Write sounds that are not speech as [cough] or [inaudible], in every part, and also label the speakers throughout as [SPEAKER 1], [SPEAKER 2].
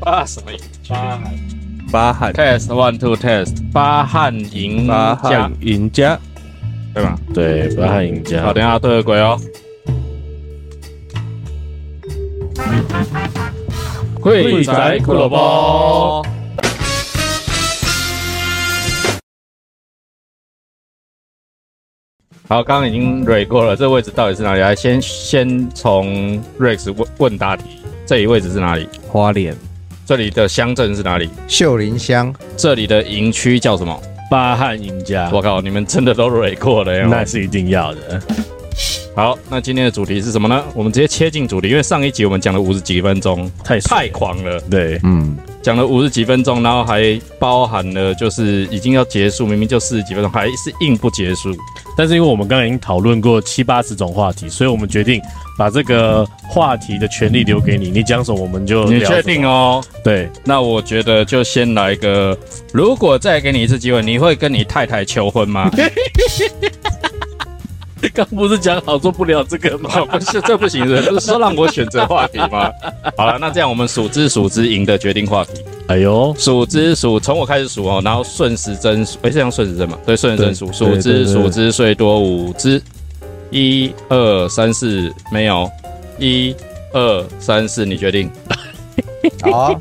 [SPEAKER 1] 巴什么赢？
[SPEAKER 2] 巴汉
[SPEAKER 3] 巴汉
[SPEAKER 1] test one two test，巴汉赢
[SPEAKER 3] 巴
[SPEAKER 1] 家
[SPEAKER 3] 汉，赢家，
[SPEAKER 1] 对吧？
[SPEAKER 2] 对巴汉赢
[SPEAKER 1] 好，
[SPEAKER 2] 家，
[SPEAKER 1] 等一下对个鬼哦。贵
[SPEAKER 2] 仔胡萝
[SPEAKER 1] 哦
[SPEAKER 2] 卜，
[SPEAKER 1] 好，刚刚已经蕊过了，这位置到底是哪里？来，先先从 Rex 问问答题，这里位置是哪里？
[SPEAKER 3] 花莲
[SPEAKER 1] 这里的乡镇是哪里？
[SPEAKER 4] 秀林乡
[SPEAKER 1] 这里的营区叫什么？
[SPEAKER 2] 巴汉赢
[SPEAKER 3] 啊
[SPEAKER 2] 家，
[SPEAKER 1] 我靠，你们真的都蕊过了哟！
[SPEAKER 2] 那是一定要的。
[SPEAKER 1] 好，那今天的主题是什么呢？我们直接切进主题，因为上一集我们讲了五十几分钟，
[SPEAKER 2] 太帅
[SPEAKER 1] 太狂了，
[SPEAKER 2] 对，
[SPEAKER 3] 嗯，
[SPEAKER 1] 讲了五十几分钟，然后还包含了就是已经要结束，明明就四十几分钟，还是硬不结束。
[SPEAKER 2] 但是因为我们刚刚已经讨论过七八十种话题，所以我们决定把这个话题的权利留给你，你讲什么我们就
[SPEAKER 1] 你
[SPEAKER 2] 聊
[SPEAKER 1] 确
[SPEAKER 2] 什
[SPEAKER 1] 定
[SPEAKER 2] 么？
[SPEAKER 1] 哦？
[SPEAKER 2] 对，
[SPEAKER 1] 那我觉得就先来个，如果再给你一次机会，你会跟你太太求婚 [laughs] 吗？
[SPEAKER 2] 刚不是讲好做不了这个吗？
[SPEAKER 1] 哦，不是，这不行的，不是说让我选择话题吗？好了，那这样我们数之数之赢的决定话题。
[SPEAKER 2] 哎呦，
[SPEAKER 1] 数之数，从我开始数哦，然后顺时针数，哎、这样顺时针嘛？对，顺时针数，
[SPEAKER 2] 对
[SPEAKER 1] 数
[SPEAKER 2] 对对
[SPEAKER 1] 之
[SPEAKER 2] 对
[SPEAKER 1] 数之最多五只，一二三四，没有，一二三四，你决定。
[SPEAKER 4] 好啊，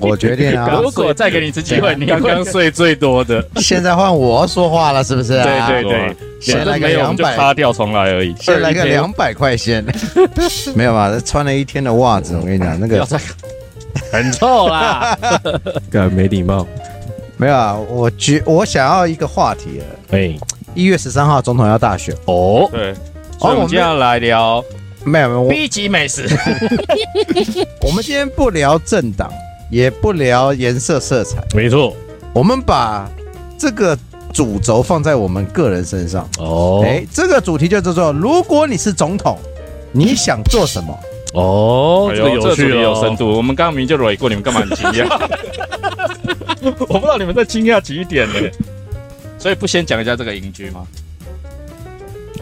[SPEAKER 4] 我决定啊，
[SPEAKER 1] 哦 [laughs] 如果再给你一次机会，你
[SPEAKER 2] 刚
[SPEAKER 1] 会 [laughs]
[SPEAKER 2] 刚睡最多的，
[SPEAKER 4] 现在换我说话了，是不是啊？
[SPEAKER 2] 对对对，
[SPEAKER 4] 先来个
[SPEAKER 1] 没有我们
[SPEAKER 4] 两
[SPEAKER 1] 就
[SPEAKER 4] 百，
[SPEAKER 1] 擦掉重来而已。
[SPEAKER 4] 先来个
[SPEAKER 1] 二一 K，
[SPEAKER 4] 两百块先， [laughs] 没有吧？穿了一天的袜子，我跟你讲，那
[SPEAKER 1] 不要
[SPEAKER 4] 个
[SPEAKER 1] 再
[SPEAKER 2] 很臭啦。
[SPEAKER 3] 干没礼貌，
[SPEAKER 4] 没有啊。我觉我想要一个话题了，
[SPEAKER 2] 哎，
[SPEAKER 4] 一月十三号总统要大选，
[SPEAKER 2] 哦，
[SPEAKER 1] 对。所以我
[SPEAKER 4] 我
[SPEAKER 1] 们
[SPEAKER 4] 们
[SPEAKER 1] 接下来聊
[SPEAKER 4] 没有没有，我
[SPEAKER 1] B 级美食，
[SPEAKER 4] 我们今天不聊政党，也不聊颜色色彩，
[SPEAKER 2] 没错，
[SPEAKER 4] 我们把这个主轴放在我们个人身上。
[SPEAKER 2] 哦
[SPEAKER 4] 哎，这个主题就叫做：如果你是总统，你想做什么？
[SPEAKER 2] 哦，这个
[SPEAKER 1] 哎呦
[SPEAKER 2] 有
[SPEAKER 1] 主
[SPEAKER 2] 趣
[SPEAKER 1] 题
[SPEAKER 2] 了，
[SPEAKER 1] 有深度。我们刚刚明明就蕊过，你们干嘛很惊讶？ [laughs] 我不知道你们在惊讶几点呢？ [laughs] 所以不先讲一下这个邻居吗？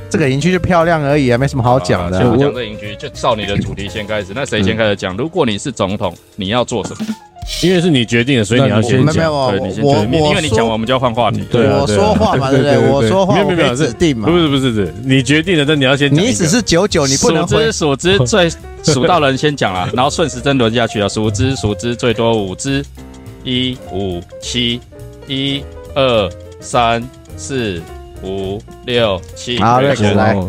[SPEAKER 4] 这个营区就漂亮而已啊，没什么好讲的
[SPEAKER 1] 就
[SPEAKER 4] 啊、嗯
[SPEAKER 1] 讲这个营区，就照你的主题先开始。那谁先开始讲？如果你是总统，你要做什么？
[SPEAKER 2] 因为是你决定的，所以你要
[SPEAKER 4] 我
[SPEAKER 2] 先
[SPEAKER 4] 没有没
[SPEAKER 2] 讲。
[SPEAKER 4] 有，我
[SPEAKER 1] 对你先
[SPEAKER 4] 我
[SPEAKER 1] 决定因
[SPEAKER 4] 哦我
[SPEAKER 1] 为你讲完
[SPEAKER 4] 说
[SPEAKER 1] 我们就要换话题。
[SPEAKER 2] 对啊
[SPEAKER 4] 我
[SPEAKER 2] 对啊
[SPEAKER 4] 说话嘛，对不
[SPEAKER 3] 对对
[SPEAKER 4] 对？
[SPEAKER 3] 对
[SPEAKER 4] 我说话
[SPEAKER 2] 没有没有
[SPEAKER 4] 我
[SPEAKER 2] 没
[SPEAKER 4] 可
[SPEAKER 2] 有
[SPEAKER 4] 以
[SPEAKER 2] 是
[SPEAKER 4] 指定嘛
[SPEAKER 2] 不。是不是不是，你决定了，但你要先讲一个。
[SPEAKER 4] 你只是九九，哦你不能
[SPEAKER 1] 数
[SPEAKER 4] 回
[SPEAKER 1] 之。数之
[SPEAKER 4] [laughs]
[SPEAKER 1] 最数到人先讲啦，然后顺时针轮下去啊，数之数之最多五只，一五七，一二三四五六七。
[SPEAKER 4] 好
[SPEAKER 1] 对
[SPEAKER 4] 瑞克来
[SPEAKER 3] 哦。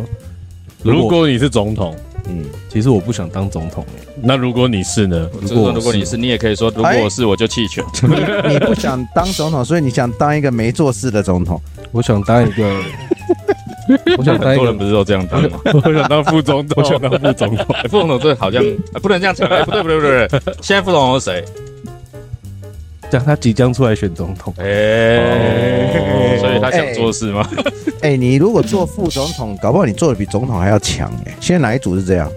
[SPEAKER 2] 如果你是总统，
[SPEAKER 3] 嗯，其实我不想当总统，
[SPEAKER 2] 那如果你是呢？
[SPEAKER 1] 就是说如果你是，你也可以说，如
[SPEAKER 4] 哎
[SPEAKER 1] 果我是，我就弃权。
[SPEAKER 4] 你不想当总统，所以你想当一个没做事的总统。
[SPEAKER 3] 我想当一个，
[SPEAKER 2] [laughs]
[SPEAKER 3] 我想当
[SPEAKER 1] 很
[SPEAKER 3] 一
[SPEAKER 1] 多人
[SPEAKER 3] 个，
[SPEAKER 1] 不是都这样当
[SPEAKER 4] [laughs]
[SPEAKER 1] 吗？
[SPEAKER 2] 我想当副总统，我想当副总统。
[SPEAKER 1] 哎，副总这好像哎不能这样讲，哎，不对不对不对不
[SPEAKER 4] [laughs]
[SPEAKER 1] 对，现在副总是谁？
[SPEAKER 3] 讲他即将出来选总统，
[SPEAKER 1] 哎，所以他想做事
[SPEAKER 3] [laughs]
[SPEAKER 1] 吗？
[SPEAKER 4] 哎、你如果做副总统，搞不好你做的比总统还要强哎、现在哪一组是这样？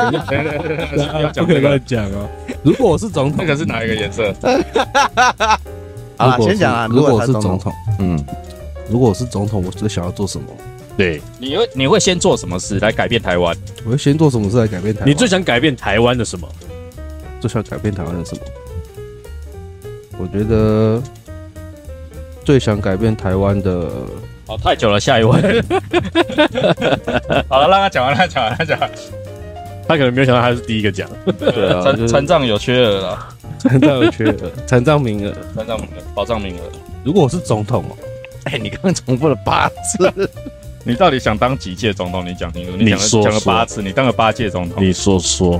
[SPEAKER 1] 要讲这
[SPEAKER 3] 不可以
[SPEAKER 1] 个，
[SPEAKER 3] 乱讲哦。如果我是总统
[SPEAKER 1] 那，个是哪一个颜色？
[SPEAKER 4] [laughs] 好啦
[SPEAKER 3] 如果
[SPEAKER 4] 先讲啊
[SPEAKER 3] 如果
[SPEAKER 4] 如果
[SPEAKER 3] 我
[SPEAKER 4] 他
[SPEAKER 3] 是
[SPEAKER 4] 是
[SPEAKER 3] 总
[SPEAKER 4] 总
[SPEAKER 3] 统，
[SPEAKER 4] 嗯，
[SPEAKER 3] 如果我是总统，我最想要做什么？
[SPEAKER 2] 对
[SPEAKER 1] 你会你会先做什么事来改变台湾？
[SPEAKER 3] 我会先做什么事来改变台湾？
[SPEAKER 2] 你最想改变台湾的什么？
[SPEAKER 3] 最想改变台湾的什么？我觉得最想改变台湾的， [laughs]
[SPEAKER 1] 哦，太久了，下一位。 [laughs] 好了，让他讲完，让他讲完，让他讲完。
[SPEAKER 2] 他可能没有想到他是第一个讲。
[SPEAKER 1] 对 [laughs]
[SPEAKER 3] 啊就
[SPEAKER 1] 残
[SPEAKER 3] 是
[SPEAKER 1] 残障有缺额了，
[SPEAKER 3] 残障缺额、残障名额。
[SPEAKER 1] 残障名额，保障名额。
[SPEAKER 3] 如果我是总统哦，
[SPEAKER 4] 哎、你刚刚重复了八次，
[SPEAKER 1] 你到底想当几届总统？你讲清楚。你讲
[SPEAKER 2] 你说
[SPEAKER 1] 了讲了
[SPEAKER 2] 说
[SPEAKER 1] 八次，你当了八届总统。
[SPEAKER 2] 你说说，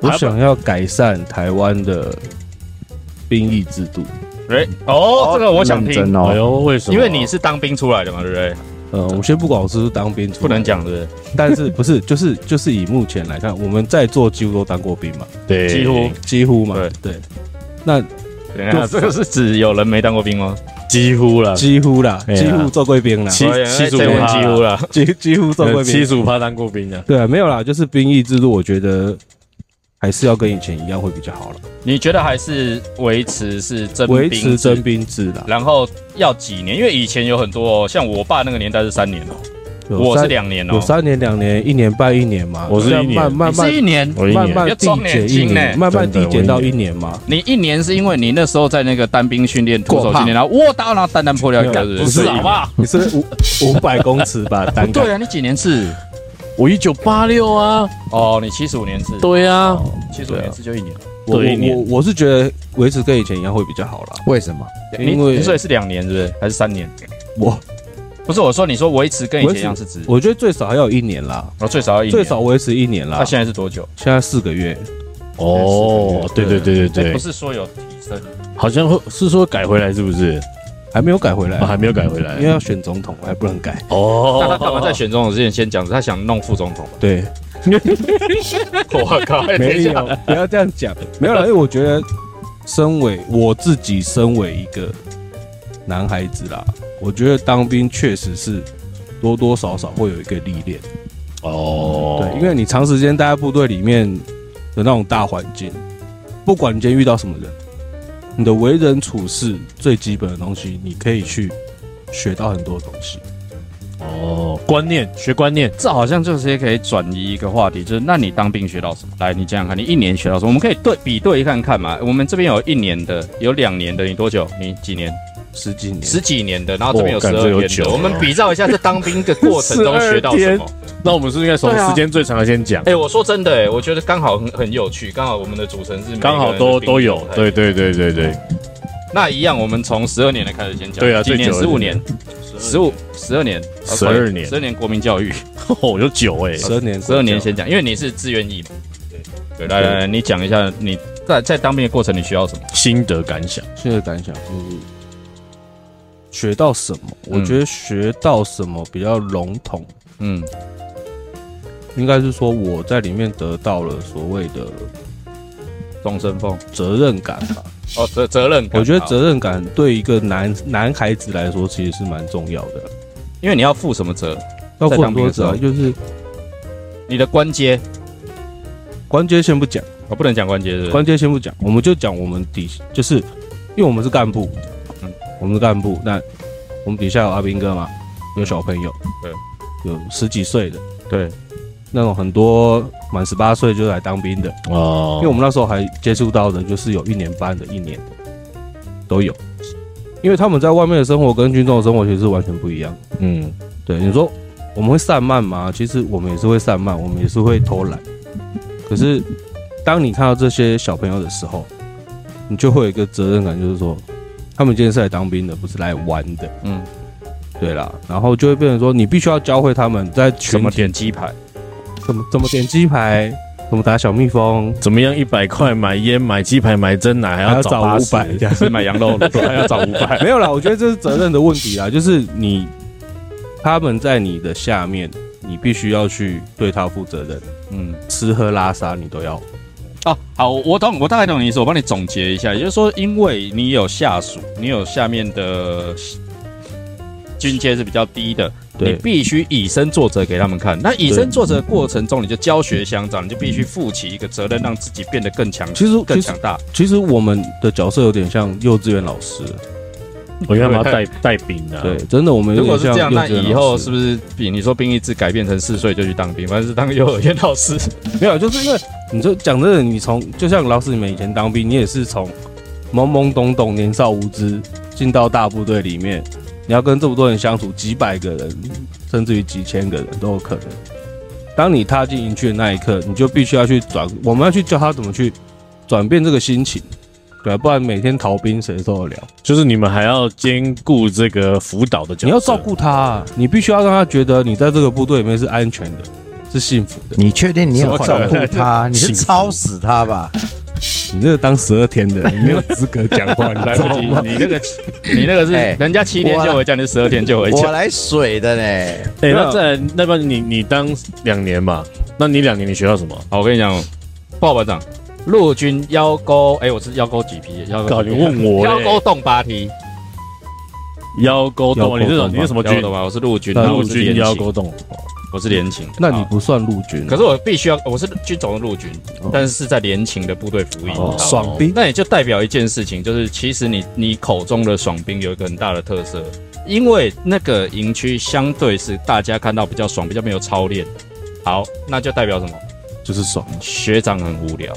[SPEAKER 3] 我想要改善台湾的兵役制度。
[SPEAKER 1] 哎，哦，这个我想
[SPEAKER 4] 认
[SPEAKER 1] 听，
[SPEAKER 4] 真
[SPEAKER 2] 哎
[SPEAKER 4] 哦。
[SPEAKER 2] 呦，为什么？
[SPEAKER 1] 因为你是当兵出来的嘛，对不对？
[SPEAKER 3] 呃，我先不管我是不是当兵出来
[SPEAKER 1] 不能，讲，对
[SPEAKER 3] 但是不是就是就是以目前来看，我们在座几乎都当过兵嘛，
[SPEAKER 2] 对
[SPEAKER 1] 几乎
[SPEAKER 3] 几乎嘛，对，那
[SPEAKER 1] 不对？等一下 [laughs]
[SPEAKER 3] 就
[SPEAKER 1] 这个是指有人没当过兵吗？
[SPEAKER 2] 几乎了，
[SPEAKER 3] 几乎啦，
[SPEAKER 2] 哎呀
[SPEAKER 3] 几乎做贵兵啦，
[SPEAKER 2] 七
[SPEAKER 1] 哎
[SPEAKER 2] 七十五
[SPEAKER 1] 这问
[SPEAKER 2] 趴
[SPEAKER 1] 几乎了。
[SPEAKER 3] [laughs] 几几乎做贵
[SPEAKER 2] 七
[SPEAKER 3] 兵，
[SPEAKER 2] 十五趴当过兵的。
[SPEAKER 3] 对啊，没有啦，就是兵役制度，我觉得还是要跟以前一样会比较好了，
[SPEAKER 1] 你觉得还是维持是征兵？
[SPEAKER 3] 维持征。兵制啦，
[SPEAKER 1] 然后要几年？因为以前有很多、哦，像我爸那个年代是三年哦。
[SPEAKER 3] 有
[SPEAKER 1] 我是
[SPEAKER 3] 三
[SPEAKER 1] 两年哦、
[SPEAKER 3] 有三年、两年、一年半、一年嘛，
[SPEAKER 2] 我是
[SPEAKER 3] 这样
[SPEAKER 2] 一年
[SPEAKER 3] 慢慢
[SPEAKER 1] 你是一
[SPEAKER 3] 慢
[SPEAKER 1] 年，
[SPEAKER 2] 我一
[SPEAKER 3] 慢
[SPEAKER 2] 年
[SPEAKER 1] 你要
[SPEAKER 3] 慢
[SPEAKER 1] 装
[SPEAKER 3] 递减
[SPEAKER 1] 年
[SPEAKER 3] 一
[SPEAKER 1] 轻
[SPEAKER 3] 年，
[SPEAKER 1] 呢
[SPEAKER 3] 慢慢
[SPEAKER 2] 真
[SPEAKER 3] 递
[SPEAKER 2] 的
[SPEAKER 3] 减
[SPEAKER 2] 我
[SPEAKER 3] 到
[SPEAKER 2] 一
[SPEAKER 3] 一
[SPEAKER 1] [laughs]
[SPEAKER 3] 年嘛。
[SPEAKER 1] 你一年是因为你那时候在那个单兵训练、徒手
[SPEAKER 4] 过胖
[SPEAKER 1] 训练，然后握到，然后单单破掉一个，
[SPEAKER 2] 没有
[SPEAKER 1] 不
[SPEAKER 2] 不是
[SPEAKER 1] 好不好？
[SPEAKER 2] 你是五五百公尺
[SPEAKER 3] [laughs]
[SPEAKER 2] 吧？单
[SPEAKER 1] 对
[SPEAKER 2] 杠，
[SPEAKER 1] 啊，你几年次？
[SPEAKER 2] 我一九八六啊，
[SPEAKER 1] 哦，你七十五年次，哦
[SPEAKER 2] 对啊，
[SPEAKER 1] 七十五年次就一年，
[SPEAKER 3] 我
[SPEAKER 2] 对一年
[SPEAKER 3] 我我是觉得维持跟以前一样会比较好啦，
[SPEAKER 4] 为什么？
[SPEAKER 1] 你
[SPEAKER 3] 因为
[SPEAKER 1] 你所以是两年是不是？还是三年？
[SPEAKER 3] 我
[SPEAKER 1] 不是我说，你说维持跟以前一样
[SPEAKER 3] 维
[SPEAKER 1] 是指，
[SPEAKER 3] 我觉得最少还要有一年啦，
[SPEAKER 1] 我最少要一年，
[SPEAKER 3] 最少维持一年啦
[SPEAKER 1] 那。现在是多久？
[SPEAKER 3] 现在四个月，
[SPEAKER 2] 哦，对对对对
[SPEAKER 1] 哎不
[SPEAKER 2] 对，
[SPEAKER 1] 是说有提升，
[SPEAKER 2] 好像会是说改回来是不是？
[SPEAKER 3] 还没有改回来
[SPEAKER 2] 啊，，还没有改回来
[SPEAKER 3] 哎因为要选总统，还不能改。
[SPEAKER 1] 那他
[SPEAKER 2] 哦。
[SPEAKER 1] 干嘛在选总统之前先讲？他想弄副总统吧？
[SPEAKER 3] 对，
[SPEAKER 1] 我靠，
[SPEAKER 3] 没
[SPEAKER 2] 啊
[SPEAKER 3] 有，不要这样讲，没有啦，因为我觉得，身为我自己，身为一个男孩子啦，我觉得当兵确实是多多少少会有一个历练，
[SPEAKER 2] 哦，
[SPEAKER 3] 对，因为你长时间待在部队里面的那种大环境，不管你今天遇到什么人，你的为人处事最基本的东西，你可以去学到很多东西。
[SPEAKER 2] 哦，观念学观念，
[SPEAKER 1] 这好像就是也可以转移一个话题，就是那你当兵学到什么？来，你讲讲看，你一年学到什么？我们可以对比对看看嘛。我们这边有一年的，有两年的，你多久？你几年？
[SPEAKER 3] 十几年，
[SPEAKER 1] 十几年的，然后这边有
[SPEAKER 2] 哦
[SPEAKER 1] 十
[SPEAKER 2] 感觉
[SPEAKER 1] 二
[SPEAKER 2] 有
[SPEAKER 1] 年
[SPEAKER 2] 久
[SPEAKER 1] 的。
[SPEAKER 2] 了
[SPEAKER 1] 我们比照一下，这当兵的过程中学到什
[SPEAKER 2] 12
[SPEAKER 1] 么？
[SPEAKER 2] 那我们是不是应该从
[SPEAKER 1] 对啊
[SPEAKER 2] 时间最长的先讲
[SPEAKER 1] 哎、，我说真的、哎，我觉得刚好很很有趣，刚好我们的主持人是
[SPEAKER 2] 刚好都都有，
[SPEAKER 1] 对。
[SPEAKER 2] 对对对对 [laughs] 对，
[SPEAKER 1] 那一样，我们从十二年的开始先讲。
[SPEAKER 2] 对啊
[SPEAKER 1] 今
[SPEAKER 2] 最
[SPEAKER 1] 年
[SPEAKER 2] 久
[SPEAKER 1] 十
[SPEAKER 2] 的
[SPEAKER 1] 五年，十五十二年，
[SPEAKER 2] 12年
[SPEAKER 1] 十二年国民教育，
[SPEAKER 2] 哦，有九哎，
[SPEAKER 3] 十二年，
[SPEAKER 1] 十二年先讲，因为你是志愿役嘛。对，来来来，你讲一下你在在当兵的过程你需要什么？
[SPEAKER 2] 心得感想，
[SPEAKER 3] 现在感想就是学到什么？我
[SPEAKER 1] 嗯
[SPEAKER 3] 觉得学到什么比较笼统，
[SPEAKER 1] 嗯
[SPEAKER 3] 应该是说我在里面得到了所谓的，
[SPEAKER 1] 终身俸
[SPEAKER 3] 责任感吧。
[SPEAKER 1] 哦，责责任感，
[SPEAKER 3] 我觉得
[SPEAKER 1] 好，
[SPEAKER 3] 责任感对一个男男孩子来说其实是蛮重要的，
[SPEAKER 1] 因为你要负什么责？
[SPEAKER 3] 要
[SPEAKER 1] 在
[SPEAKER 3] 过
[SPEAKER 1] 当
[SPEAKER 3] 很
[SPEAKER 1] 兵
[SPEAKER 3] 多
[SPEAKER 1] 的时候
[SPEAKER 3] 责啊，就是
[SPEAKER 1] 你的关节，
[SPEAKER 3] 关节先不讲，
[SPEAKER 1] 我不能讲关节，是不是
[SPEAKER 3] 关节先不讲，我们就讲我们底，就是因为我们是干部，
[SPEAKER 1] 嗯
[SPEAKER 3] 嗯，我们是干部，那我们底下有阿兵哥嘛，有小朋友，
[SPEAKER 1] 对，
[SPEAKER 3] 有十几岁的，
[SPEAKER 1] 对，
[SPEAKER 3] 那种很多满十八岁就来当兵的。
[SPEAKER 2] 哦
[SPEAKER 3] 因为我们那时候还接触到的就是有一年半的、一年的都有，因为他们在外面的生活跟军中的生活其实是完全不一样的。
[SPEAKER 2] 嗯，
[SPEAKER 3] 对，你说我们会散漫吗？其实我们也是会散漫，我们也是会偷懒。可是当你看到这些小朋友的时候，你就会有一个责任感，就是说他们今天是来当兵的，不是来玩的。
[SPEAKER 1] 嗯，
[SPEAKER 3] 对啦，然后就会变成说，你必须要教会他们在
[SPEAKER 1] 怎
[SPEAKER 3] 群
[SPEAKER 1] 么
[SPEAKER 3] 体
[SPEAKER 1] 点鸡排？
[SPEAKER 3] 怎么怎么点鸡排，怎么打小蜜蜂，
[SPEAKER 2] 怎么样？一百块买烟、买鸡排、买蒸奶，还
[SPEAKER 3] 还
[SPEAKER 2] 要
[SPEAKER 3] 要
[SPEAKER 2] 找
[SPEAKER 3] 找五百
[SPEAKER 2] 80
[SPEAKER 3] 这样。
[SPEAKER 1] 是买羊肉
[SPEAKER 3] [laughs]
[SPEAKER 1] 的，还要找五 [laughs] 百。
[SPEAKER 3] 没有啦，我觉得这是责任的问题啦，就是你他们在你的下面，你必须要去对他负责任，
[SPEAKER 1] 嗯，
[SPEAKER 3] 吃喝拉撒你都要。
[SPEAKER 1] 哦，好，我我懂，我大概懂你意思，我帮你总结一下，也就是说，因为你有下属，你有下面的军阶是比较低的，你
[SPEAKER 3] 对
[SPEAKER 1] 必须以身作则给他们看。那以身作则的过程中，你就教学相长，你就必须负起一个责任，让自己变得更强，
[SPEAKER 3] 其实
[SPEAKER 1] 更
[SPEAKER 3] 其实
[SPEAKER 1] 强大。
[SPEAKER 3] 其实我们的角色有点像幼稚园老师，
[SPEAKER 2] 我原来要带带饼啊的，
[SPEAKER 3] 对，，真的我们有
[SPEAKER 1] 如果
[SPEAKER 3] 点
[SPEAKER 1] 是这
[SPEAKER 3] 像
[SPEAKER 1] 样，那
[SPEAKER 3] 幼稚园老师。
[SPEAKER 1] 以后是不是比你说兵役制改变成四岁就去当兵，反正是当幼儿园老师？
[SPEAKER 3] 没有，就是因为你就讲真的，你从就像老师你们以前当兵，你也是从懵懵懂懂、年少无知进到大部队里面，你要跟这么多人相处，几百个人，甚至于几千个人都有可能。当你踏进营区的那一刻，你就必须要去转，我们要去教他怎么去转变这个心情，对啊、不然每天逃兵谁受得了？
[SPEAKER 2] 就是你们还要兼顾这个辅导的角色，
[SPEAKER 3] 你要照顾他、啊，你必须要让他觉得你在这个部队里面是安全的，是幸福的。
[SPEAKER 4] 你确定你有
[SPEAKER 2] 什么
[SPEAKER 4] 照顾他？你是
[SPEAKER 2] 幸福
[SPEAKER 4] 操死他吧？
[SPEAKER 3] 你这个当十二天的，你没有资格讲话，你
[SPEAKER 1] 来
[SPEAKER 3] 知
[SPEAKER 1] 不
[SPEAKER 3] 道 [laughs]
[SPEAKER 1] 及
[SPEAKER 3] 吗，？
[SPEAKER 1] 你那个你那个是
[SPEAKER 4] 哎
[SPEAKER 1] 人家七天就回家，你十二天就回
[SPEAKER 4] 我
[SPEAKER 1] 家。
[SPEAKER 4] 来水的嘞，
[SPEAKER 2] 哎、
[SPEAKER 3] 对啊
[SPEAKER 2] 那再来，那么你你当两年嘛？那你两年你学到什么？
[SPEAKER 1] 好，我跟你讲，报班长，陆军腰钩，哎、我是腰钩几批？腰
[SPEAKER 2] 靠，
[SPEAKER 1] 钩几
[SPEAKER 2] 你
[SPEAKER 1] 批
[SPEAKER 2] 问我
[SPEAKER 1] 腰
[SPEAKER 2] 嘞
[SPEAKER 1] 钩洞八梯，
[SPEAKER 2] 腰勾
[SPEAKER 3] 腰
[SPEAKER 2] 洞，
[SPEAKER 3] 勾
[SPEAKER 2] 你这种
[SPEAKER 3] 洞
[SPEAKER 2] 你是什么
[SPEAKER 1] 腰
[SPEAKER 2] 军
[SPEAKER 1] 钩？洞吧？我是陆军，
[SPEAKER 3] 那
[SPEAKER 1] 然后
[SPEAKER 2] 陆
[SPEAKER 1] 我是
[SPEAKER 2] 军
[SPEAKER 1] 联
[SPEAKER 2] 腰
[SPEAKER 1] 勤，
[SPEAKER 2] 勾洞，
[SPEAKER 1] 我是联勤。
[SPEAKER 3] 那你
[SPEAKER 1] 啊
[SPEAKER 3] 不算陆
[SPEAKER 5] 嗯
[SPEAKER 3] 军啊，
[SPEAKER 1] 可是我必须要，我是军种的陆军，
[SPEAKER 3] 哦
[SPEAKER 1] 但是是在联勤的部队服役。
[SPEAKER 2] 哦
[SPEAKER 1] 好
[SPEAKER 3] 爽兵
[SPEAKER 1] 那也就代表一件事情，就是其实你你口中的爽兵有一个很大的特色，因为那个营区相对是大家看到比较爽，比较没有操练。好，那就代表什么？嗯
[SPEAKER 2] 就是爽。
[SPEAKER 1] 学长很无聊，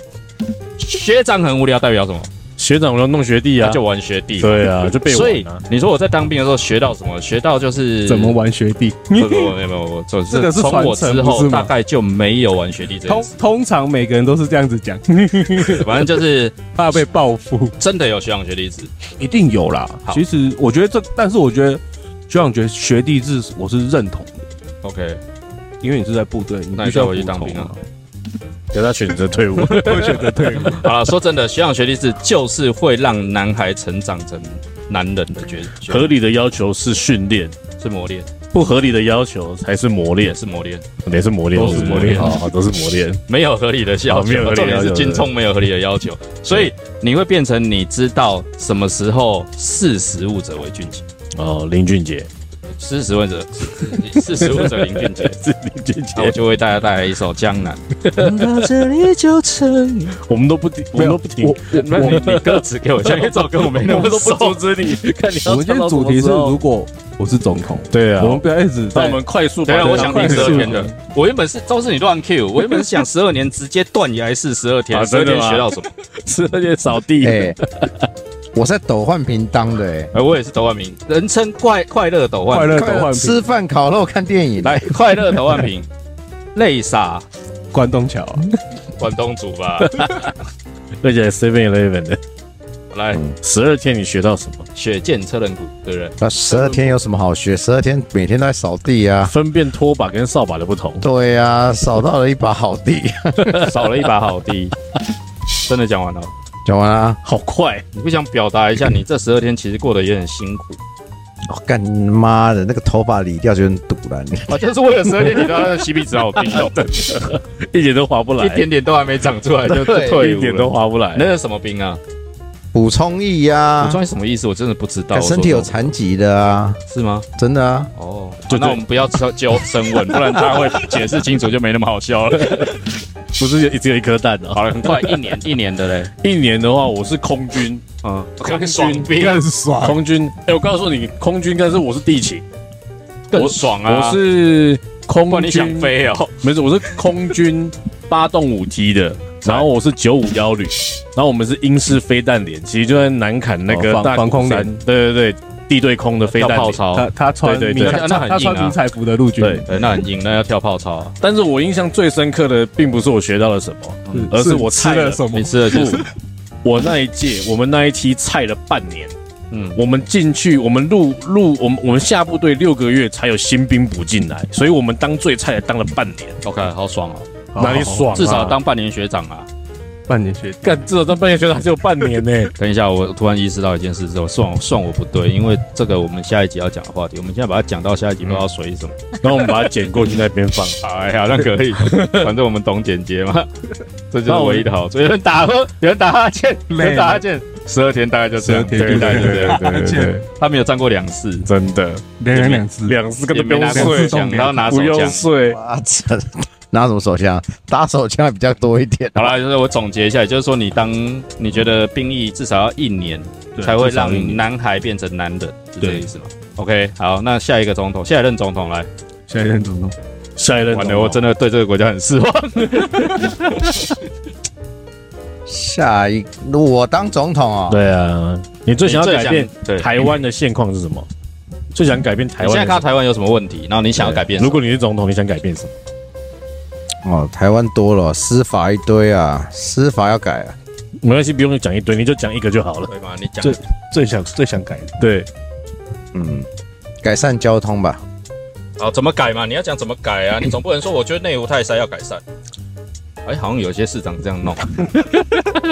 [SPEAKER 1] 学长很无聊代表什么？
[SPEAKER 2] 学长要弄学弟啊，
[SPEAKER 1] 那就玩学弟。
[SPEAKER 2] 对 [laughs] 啊，就被
[SPEAKER 1] 所以
[SPEAKER 2] 玩啊。
[SPEAKER 1] 你说我在当兵的时候学到什么？学到就是
[SPEAKER 5] 怎么玩学弟？
[SPEAKER 1] 没有没有没有，我总
[SPEAKER 5] 这
[SPEAKER 1] 是
[SPEAKER 5] 个是
[SPEAKER 1] 从我
[SPEAKER 5] 传承
[SPEAKER 1] 之
[SPEAKER 5] 不是
[SPEAKER 1] 后
[SPEAKER 5] 吗
[SPEAKER 1] 大概就没有玩学弟这
[SPEAKER 5] 通
[SPEAKER 1] 件事，
[SPEAKER 5] 通常每个人都是这样子讲，
[SPEAKER 1] 反正就是
[SPEAKER 5] 怕被报复。
[SPEAKER 1] 真的有学长学弟制。
[SPEAKER 3] [laughs] 一定有啦
[SPEAKER 1] 好。
[SPEAKER 3] 其实我觉得这，但是我觉得学长觉学弟制我是认同的，
[SPEAKER 1] OK，
[SPEAKER 3] 因为你是在部队，你
[SPEAKER 1] 那
[SPEAKER 3] 必
[SPEAKER 1] 你
[SPEAKER 3] 须
[SPEAKER 1] 就
[SPEAKER 3] 要
[SPEAKER 1] 回去
[SPEAKER 3] 服
[SPEAKER 1] 当
[SPEAKER 3] 从
[SPEAKER 1] 兵啊。
[SPEAKER 2] 等他选择 [laughs] 退伍，
[SPEAKER 1] 好了，说真的，学长学弟制就是会让男孩成长成男人的觉觉
[SPEAKER 2] 合理的要求是训练，
[SPEAKER 1] 是磨练，
[SPEAKER 2] 不合理的要求才是磨
[SPEAKER 1] 也
[SPEAKER 2] 练，
[SPEAKER 1] 是磨练，
[SPEAKER 2] 也是磨练，
[SPEAKER 1] 都是磨练
[SPEAKER 2] 好，好都 [laughs] 是磨练。
[SPEAKER 1] 没有合理的要
[SPEAKER 2] 哦没有合
[SPEAKER 1] 求，
[SPEAKER 2] 理的
[SPEAKER 1] 重点是
[SPEAKER 2] 要求
[SPEAKER 1] 军中没有合理的要求，所以你会变成你知道什么时候识时务者为俊杰，
[SPEAKER 2] 哦，林俊杰， [laughs]
[SPEAKER 1] 识时务 [laughs] 者识时务者林俊 [laughs] 杰。
[SPEAKER 2] 是林俊
[SPEAKER 1] 那我
[SPEAKER 2] 杰，
[SPEAKER 1] 就为大家带来一首《江南》。
[SPEAKER 2] 我们都不听，我
[SPEAKER 5] 没
[SPEAKER 2] 们
[SPEAKER 5] 有
[SPEAKER 2] 都不听
[SPEAKER 5] 我，
[SPEAKER 1] 那你你歌词 [laughs] 给我像一首歌，我没那
[SPEAKER 2] [laughs] 我
[SPEAKER 1] 么
[SPEAKER 2] 们都不
[SPEAKER 1] 熟
[SPEAKER 2] 阻。止你。看你
[SPEAKER 3] 我
[SPEAKER 2] 要唱
[SPEAKER 3] 们今天
[SPEAKER 2] 到什
[SPEAKER 3] 主
[SPEAKER 2] 么
[SPEAKER 3] 题是，
[SPEAKER 2] 时候
[SPEAKER 3] 如果我是总统，
[SPEAKER 2] 对啊，
[SPEAKER 3] 我们不要一
[SPEAKER 2] 让
[SPEAKER 3] 直
[SPEAKER 2] 我
[SPEAKER 3] 在
[SPEAKER 2] 们啊快速把
[SPEAKER 1] 等一
[SPEAKER 2] 这
[SPEAKER 1] 下，
[SPEAKER 2] 个。
[SPEAKER 1] 啊我想听十二天
[SPEAKER 5] 快
[SPEAKER 1] 的。我原本是都是你乱 Q，我原本是想十二年直接断崖式十二天
[SPEAKER 2] 啊，
[SPEAKER 1] 十二
[SPEAKER 2] 真的
[SPEAKER 1] 天
[SPEAKER 2] 吗
[SPEAKER 1] 学到什么？
[SPEAKER 2] 是而且扫地，
[SPEAKER 4] 哎、 [laughs] 我在斗焕平当的、欸，
[SPEAKER 1] [laughs] 哎，我也是抖万平，人称快快乐抖
[SPEAKER 5] 快
[SPEAKER 1] 万
[SPEAKER 5] 乐
[SPEAKER 1] 平，
[SPEAKER 5] 斗焕平，
[SPEAKER 4] 吃饭、烤肉、看电影，
[SPEAKER 1] 来快乐抖万平，泪洒
[SPEAKER 5] 关东桥，
[SPEAKER 1] 关东煮 [laughs] 吧。
[SPEAKER 2] 而且 Seven Eleven 的
[SPEAKER 1] 来
[SPEAKER 2] 十二天，你学到什么？
[SPEAKER 1] 血溅车轮毂，对不对？
[SPEAKER 4] 那十二天有什么好学？十二天每天都在扫地啊。
[SPEAKER 2] 分辨拖把跟扫把的不同。
[SPEAKER 4] 对呀、啊，扫到了一把好地。
[SPEAKER 1] 少了一把好地。 [laughs] 真的讲完了，
[SPEAKER 4] 讲完啦、
[SPEAKER 2] 好快，
[SPEAKER 1] 你不想表达一下，你这十二天其实过得也很辛苦。
[SPEAKER 4] 我、哦干你妈的，那个头发理掉就很堵了。你
[SPEAKER 1] 啊，就是为了十二天，你的那 CP 值好低哦，
[SPEAKER 2] 一点都划不来，
[SPEAKER 1] [laughs] 一点点都还没长出来就
[SPEAKER 4] 对
[SPEAKER 1] 退伍
[SPEAKER 2] [laughs] 一点都
[SPEAKER 1] 了。
[SPEAKER 2] 划不来。
[SPEAKER 1] 那是什么兵啊？
[SPEAKER 4] 补充液
[SPEAKER 1] 补
[SPEAKER 4] 呀、
[SPEAKER 1] 充是什么意思？我真的不知道。
[SPEAKER 4] 啊，身体有残疾的啊，
[SPEAKER 1] 我说是吗？
[SPEAKER 4] 真的啊。
[SPEAKER 1] 哦，
[SPEAKER 2] 对对
[SPEAKER 1] 那我们不要纠纠深问，不然他会解释清楚，就没那么好笑了。
[SPEAKER 2] [laughs] 不是只有一颗蛋啊！
[SPEAKER 1] 好了，很快一年一年的 [laughs] 嘞，
[SPEAKER 2] 一年的话，我是空军，
[SPEAKER 1] 嗯，
[SPEAKER 2] 空军
[SPEAKER 1] 爽啊
[SPEAKER 5] 应
[SPEAKER 1] 兵
[SPEAKER 5] 该是爽。
[SPEAKER 2] 空军。哎、我告诉你，空军，但是我是地勤，
[SPEAKER 1] 更爽啊！
[SPEAKER 2] 我是空
[SPEAKER 1] 不然
[SPEAKER 2] 军。
[SPEAKER 1] 你想？飞哦，
[SPEAKER 2] 没事，我是空军八栋五梯
[SPEAKER 1] [laughs]
[SPEAKER 2] 的，然后我是九五幺旅，然后我们是英式飞弹连，其实就在南坎那个
[SPEAKER 3] 哦防
[SPEAKER 2] 大鼓
[SPEAKER 3] 防空
[SPEAKER 2] 山
[SPEAKER 3] 连
[SPEAKER 2] 对对对，地对空的飞
[SPEAKER 1] 跳
[SPEAKER 2] 弹
[SPEAKER 1] 炮
[SPEAKER 2] 连。
[SPEAKER 1] 操，
[SPEAKER 5] 他他穿
[SPEAKER 2] 对对
[SPEAKER 5] 迷
[SPEAKER 2] 对
[SPEAKER 5] 彩
[SPEAKER 1] 那很
[SPEAKER 5] 他穿
[SPEAKER 1] 硬啊
[SPEAKER 5] 迷彩服的陆军，
[SPEAKER 2] 对，
[SPEAKER 1] 对，那很硬，那要跳炮操啊。
[SPEAKER 2] 但是我印象最深刻的，并不是我学到了什么，而是我
[SPEAKER 5] 吃
[SPEAKER 2] 菜
[SPEAKER 5] 了
[SPEAKER 2] 了
[SPEAKER 5] 什么
[SPEAKER 1] 你？吃的就是 [laughs]
[SPEAKER 2] 不，我那一届，我们那一梯菜了半年。
[SPEAKER 1] 嗯，
[SPEAKER 2] 我们进去，我们入入，我们我们下部队六个月才有新兵补进来，所以我们当最菜的当了半年，
[SPEAKER 1] OK，好爽哦，
[SPEAKER 2] 哪里
[SPEAKER 3] 啊
[SPEAKER 2] 爽、
[SPEAKER 1] 至少当半年学长啊。
[SPEAKER 3] 半年学弟，
[SPEAKER 2] 干，至少当半年学长只有半年呢、
[SPEAKER 1] 等一下，我突然意识到一件事，是我算我算我不对，因为这个我们下一集要讲的话题，我们现在把它讲到下一集不知道水什么。
[SPEAKER 2] [laughs] 然后我们把它捡过去那边放，
[SPEAKER 1] [laughs] 哎呀，那可以， [laughs] 反正我们懂简洁 [laughs] 嘛，这就
[SPEAKER 2] 那
[SPEAKER 1] 是
[SPEAKER 2] 我们
[SPEAKER 1] 唯一的好处。有人打呵，有人打哈欠，有人打哈欠，十二天大概就这样，
[SPEAKER 5] 12天
[SPEAKER 1] 对大概就这样。
[SPEAKER 5] 而且
[SPEAKER 1] [laughs] 他没有站过两次，
[SPEAKER 2] [laughs] 真的
[SPEAKER 5] 连人两次，
[SPEAKER 2] 两次根
[SPEAKER 1] 也没
[SPEAKER 2] 本不用
[SPEAKER 1] 拿
[SPEAKER 5] 过
[SPEAKER 1] 过手
[SPEAKER 2] 睡，
[SPEAKER 1] 枪，然后拿手
[SPEAKER 2] 不用
[SPEAKER 1] 枪。
[SPEAKER 2] 睡，
[SPEAKER 4] 哇，这 [laughs] 拿什么手枪？打手枪比较多一点。
[SPEAKER 1] 好啦，就是我总结一下，也就是说，你当你觉得兵役至少要一年，
[SPEAKER 2] 对
[SPEAKER 1] 才会让
[SPEAKER 2] 至少一年
[SPEAKER 1] 男孩变成男人，是这个
[SPEAKER 2] 对
[SPEAKER 1] 意思吗？OK，好，那下一个总统，下一任总统来，
[SPEAKER 5] 下一任总统
[SPEAKER 2] 下一任
[SPEAKER 1] 完了，我真
[SPEAKER 2] 的
[SPEAKER 1] 的对这个国家很失 [laughs] 望。
[SPEAKER 4] 下一，我当总统哦。
[SPEAKER 2] 对啊，你最想要改变
[SPEAKER 1] 对
[SPEAKER 2] 台湾的现况是什么？最想改变台
[SPEAKER 1] 你
[SPEAKER 2] 湾
[SPEAKER 1] 现在
[SPEAKER 2] 的什
[SPEAKER 1] 看到
[SPEAKER 2] 么？
[SPEAKER 1] 台湾有什么问题，然后你想要改变什么？
[SPEAKER 2] 如果你是总统，你想改变什么？
[SPEAKER 4] 哦，台湾多了，司法一堆啊，司法要改啊。
[SPEAKER 2] 没关系，不用讲一堆，你就讲一个就好了。
[SPEAKER 1] 对吗？你讲
[SPEAKER 5] 这最想最想改的，
[SPEAKER 2] 对，
[SPEAKER 4] 嗯，改善交通
[SPEAKER 1] [laughs]
[SPEAKER 4] 吧。
[SPEAKER 1] 好怎么改嘛？你要讲怎么改啊？你总不能说我觉得内湖太塞要改善。哎，好像有些市长这样弄，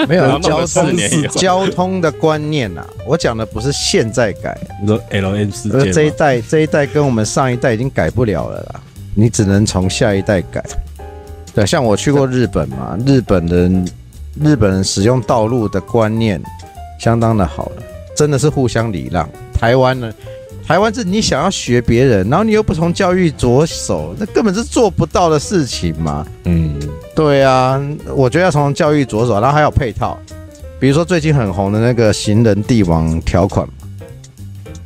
[SPEAKER 4] 没
[SPEAKER 1] 然
[SPEAKER 4] 有
[SPEAKER 1] 后弄
[SPEAKER 4] 交
[SPEAKER 1] 了四
[SPEAKER 4] 通
[SPEAKER 1] 年以后
[SPEAKER 4] 交通的观念呐、啊， [laughs] 我讲的不是现在改，
[SPEAKER 5] 你说 L M 事
[SPEAKER 4] 而是这
[SPEAKER 5] 件
[SPEAKER 4] 一
[SPEAKER 5] 吗，
[SPEAKER 4] 代这一代跟我们上一代已经改不了了啦，你只能从下一代改。对，像我去过日本嘛，日本人日本人使用道路的观念相当的好了，真的是互相礼让。台湾呢，台湾是你想要学别人，然后你又不从教育着手，那根本是做不到的事情嘛。
[SPEAKER 2] 嗯，
[SPEAKER 4] 对啊，我觉得要从教育着手，然后还有配套，比如说最近很红的那个行人帝王条款嘛，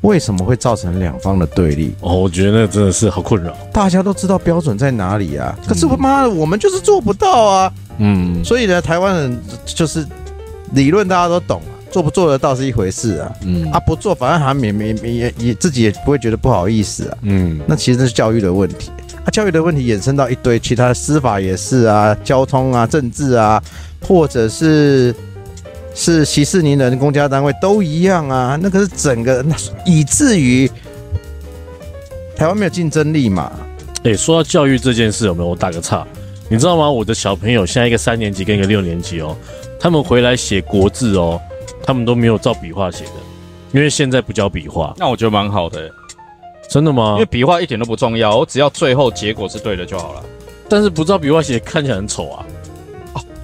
[SPEAKER 4] 为什么会造成两方的对立？
[SPEAKER 2] 哦，我觉得那真的是好困扰。
[SPEAKER 4] 大家都知道标准在哪里啊，可是我妈的，我们就是做不到啊。
[SPEAKER 3] 嗯
[SPEAKER 4] 所以呢，台湾人就是理论大家都懂啊，做不做得到是一回事啊，
[SPEAKER 3] 嗯
[SPEAKER 4] 啊不做反正还没没没也也自己也不会觉得不好意思啊。
[SPEAKER 2] 嗯，
[SPEAKER 4] 那其实那是教育的问题。啊，教育的问题衍生到一堆其他司法也是啊，交通啊、政治啊，或者是是息事宁人，公家单位都一样啊。那个是整个，那以至于台湾没有竞争力嘛。
[SPEAKER 2] 哎、说到教育这件事，有没有？我打个岔，你知道吗？我的小朋友现在一个三年级跟一个六年级哦，他们回来写国字哦，他们都没有照笔画写的，因为现在不教笔画。
[SPEAKER 1] [laughs] 那我觉得蛮好的欸、
[SPEAKER 2] 真的吗
[SPEAKER 1] 因为？笔画一点都不重要，我只要最后结果是对的就好了。
[SPEAKER 2] 但是不照笔画写看起来很丑啊。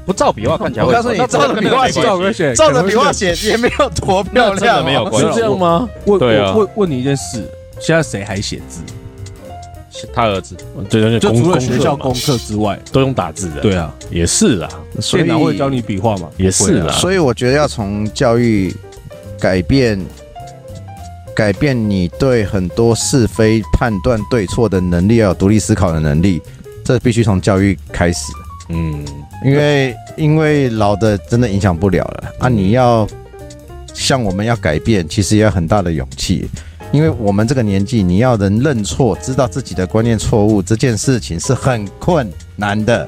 [SPEAKER 1] 不照笔画看起来会，
[SPEAKER 4] 我告诉你
[SPEAKER 1] 那
[SPEAKER 4] 照着笔画写
[SPEAKER 1] 照
[SPEAKER 5] 照个写，
[SPEAKER 4] 照着笔画写也没有多漂
[SPEAKER 1] 那真
[SPEAKER 4] 亮、啊
[SPEAKER 1] 的没有关
[SPEAKER 2] 是
[SPEAKER 5] 啊
[SPEAKER 1] 系
[SPEAKER 2] 这样吗？
[SPEAKER 5] 问
[SPEAKER 1] 对啊
[SPEAKER 5] 我问问你一件事，现在谁还写字？
[SPEAKER 1] 他儿子，
[SPEAKER 2] 对对对，
[SPEAKER 5] 就
[SPEAKER 2] 功
[SPEAKER 5] 除了
[SPEAKER 2] 功
[SPEAKER 5] 学
[SPEAKER 2] 课
[SPEAKER 5] 校
[SPEAKER 2] 嘛
[SPEAKER 5] 功课之外，
[SPEAKER 2] 都用打字的，，
[SPEAKER 5] 对啊，
[SPEAKER 2] 也是啦，
[SPEAKER 4] 所以
[SPEAKER 5] 电脑会教你笔画嘛？啊
[SPEAKER 2] 也是啦。
[SPEAKER 4] 所以我觉得要从教育改变改变你对很多是非判断对错的能力，要有独立思考的能力，这必须从教育开始。
[SPEAKER 2] 嗯，
[SPEAKER 4] 因为因为老的真的影响不了了啊！你要像我们要改变，其实也要很大的勇气，因为我们这个年纪，你要能认错，知道自己的观念错误，这件事情是很困难的。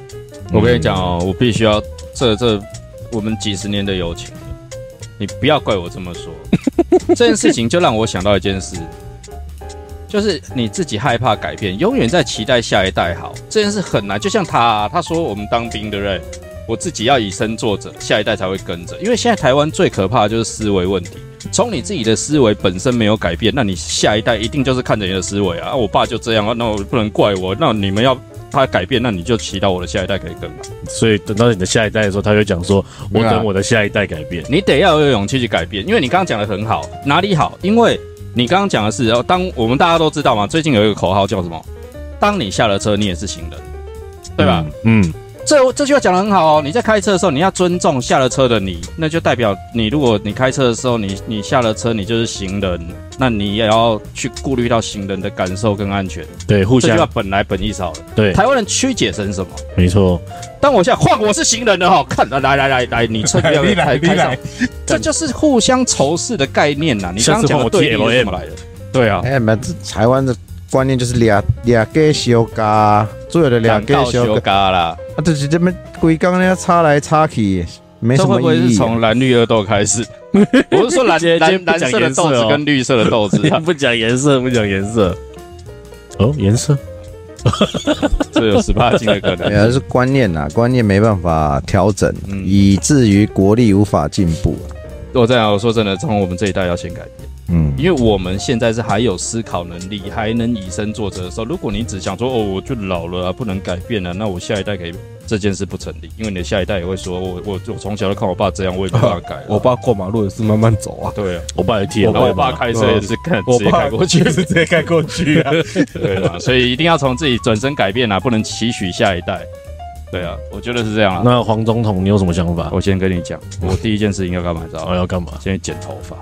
[SPEAKER 1] 我跟你讲哦，我必须要这这我们几十年的友情了，你不要怪我这么说。这件事情就让我想到一件事，就是你自己害怕改变，永远在期待下一代好，这件事很难。就像他、他说我们当兵，对不对？我自己要以身作则，下一代才会跟着。因为现在台湾最可怕的就是思维问题，从你自己的思维本身没有改变，那你下一代一定就是看着你的思维啊。啊我爸就这样啊，那我不能怪我。那你们要他改变，那你就祈祷我的下一代可以跟嘛。
[SPEAKER 2] 所以等到你的下一代的时候，他就讲说：“我
[SPEAKER 4] 对啊
[SPEAKER 2] 等我的下一代改变。
[SPEAKER 1] 你得要有勇气去改变，因为你刚刚讲的很好，哪里好？因为你刚刚讲的是，哦，当我们大家都知道嘛，最近有一个口号叫什么？当你下了车，你也是行人，对吧？”
[SPEAKER 2] 嗯，
[SPEAKER 1] 这这句话讲的很好哦。你在开车的时候，你要尊重下了车的你，那就代表你，如果你开车的时候，你你下了车，你就是行人，那你也要去顾虑到行人的感受跟安全。
[SPEAKER 2] 对，互
[SPEAKER 1] 这句话
[SPEAKER 2] 相
[SPEAKER 1] 本来本意是好的，
[SPEAKER 2] 对，
[SPEAKER 1] 台湾人曲解成什么？
[SPEAKER 2] 没错，
[SPEAKER 1] 但我现在换我是行人了哈，看来来来来，你 [laughs] 趁
[SPEAKER 5] 你来
[SPEAKER 1] 开
[SPEAKER 5] 你
[SPEAKER 1] 开
[SPEAKER 5] 来
[SPEAKER 1] 上，这就是互相仇视的概念呐。你刚刚讲的对立是怎么来的？对啊，
[SPEAKER 4] 哎、你们这台湾的观念就是俩俩给修嘎，所有的俩
[SPEAKER 1] 两
[SPEAKER 4] 给
[SPEAKER 1] 个
[SPEAKER 4] 修
[SPEAKER 1] 修
[SPEAKER 4] 嘎，
[SPEAKER 1] 嘎啦，
[SPEAKER 4] 啊，就是这么规刚那插来插去，没
[SPEAKER 1] 这
[SPEAKER 4] 什
[SPEAKER 1] 会
[SPEAKER 4] 么
[SPEAKER 1] 不会
[SPEAKER 4] 意
[SPEAKER 1] 是
[SPEAKER 4] 义。
[SPEAKER 1] 从蓝绿二豆开 [laughs] 始？我是说蓝
[SPEAKER 2] 今天今
[SPEAKER 1] 蓝
[SPEAKER 2] 天不
[SPEAKER 1] 蓝
[SPEAKER 2] 讲
[SPEAKER 1] 色的
[SPEAKER 2] 颜色
[SPEAKER 1] 豆子
[SPEAKER 2] 哦
[SPEAKER 1] 跟绿色的豆 [laughs] 子啊，
[SPEAKER 2] 不讲颜色，不讲颜色。哦，颜色，
[SPEAKER 1] 这有十八禁的可能。
[SPEAKER 4] 呃，是观念呐、观念没办法调整，
[SPEAKER 1] 嗯
[SPEAKER 4] 以至于国力无法进步、
[SPEAKER 1] [laughs] 我这样我说真的，从我们这一代要先改变，
[SPEAKER 4] 嗯，
[SPEAKER 1] 因为我们现在是还有思考能力，还能以身作则的时候。如果你只想说哦，我就老了啊，不能改变了、那我下一代可以这件事不成立，因为你的下一代也会说，哦我我我从小就看我爸这样，我也没办法改了。
[SPEAKER 5] 我
[SPEAKER 3] 哦
[SPEAKER 5] 爸过马路也是慢慢走啊，
[SPEAKER 1] 对啊，
[SPEAKER 2] 我爸也剃了
[SPEAKER 1] 然
[SPEAKER 2] 吧，
[SPEAKER 1] 后我爸开车也是看
[SPEAKER 5] 我
[SPEAKER 1] 直接开过去，
[SPEAKER 5] 是直接开过去啊。
[SPEAKER 1] 对啊，所以一定要从自己转身改变啊，不能期许下一代。对啊，我觉得是这样啊。
[SPEAKER 2] 那黄总统，你有什么想法？
[SPEAKER 1] 我先跟你讲，我第一件事情要干嘛，你知道
[SPEAKER 2] 我
[SPEAKER 1] 吗？
[SPEAKER 2] 要干嘛？
[SPEAKER 1] 先去剪头发，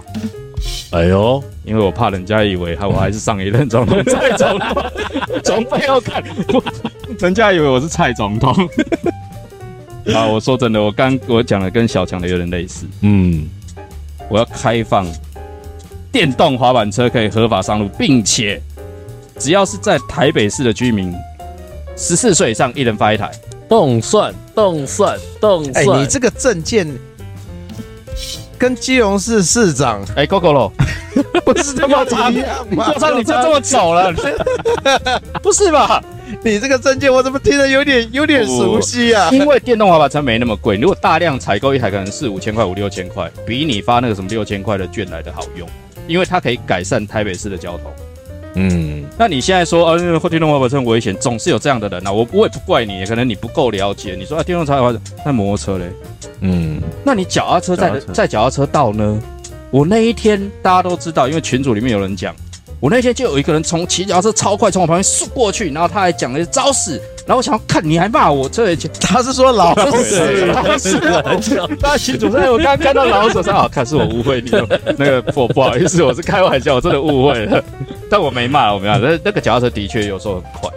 [SPEAKER 2] 哎呦，
[SPEAKER 1] 因为我怕人家以为还我还是上一任总统蔡总统，从背后看，我人家以为我是蔡总统。 [laughs] 啊，我说真的，我刚我讲的跟小强的有点类似，
[SPEAKER 2] 嗯，
[SPEAKER 1] 我要开放电动滑板车可以合法上路，并且只要是在台北市的居民，十四岁以上一人发一台。
[SPEAKER 2] 动算，动算，动
[SPEAKER 4] 哎、
[SPEAKER 2] 算。
[SPEAKER 4] 你这个证件跟基隆市市长
[SPEAKER 1] 哎，Coco 咯， [laughs]
[SPEAKER 4] 不是他妈一样吗？
[SPEAKER 1] 我操，你就这么走了？ [laughs] 不是吧？
[SPEAKER 4] 你这个证件我怎么听着有点有点熟悉啊？
[SPEAKER 1] 因为电动滑板车没那么贵，如果大量采购一台，可能四五千块、五六千块，比你发那个什么六千块的券来的好用，因为它可以改善台北市的交通。
[SPEAKER 2] 嗯，
[SPEAKER 1] 那你现在说，呃、啊，电动滑板车很危险，总是有这样的人啊，我我也不怪你，可能你不够了解。你说啊，电动滑板车，那摩托车嘞？
[SPEAKER 2] 嗯，
[SPEAKER 1] 那你脚踏车在
[SPEAKER 3] 脚踏车
[SPEAKER 1] 在脚踏车道呢？我那一天大家都知道，因为群组里面有人讲，我那天就有一个人从骑脚踏车超快从我旁边速过去，然后他还讲了一招死，然后我想要看你还骂我，这也
[SPEAKER 4] 他是说老
[SPEAKER 1] 是老师，大新主任，我刚刚看到老手说好看，是我误会你了。那个不不好意思，我是开玩笑，我真的误会了，但我没骂，我没骂。那那个脚踏车的确有时候很快，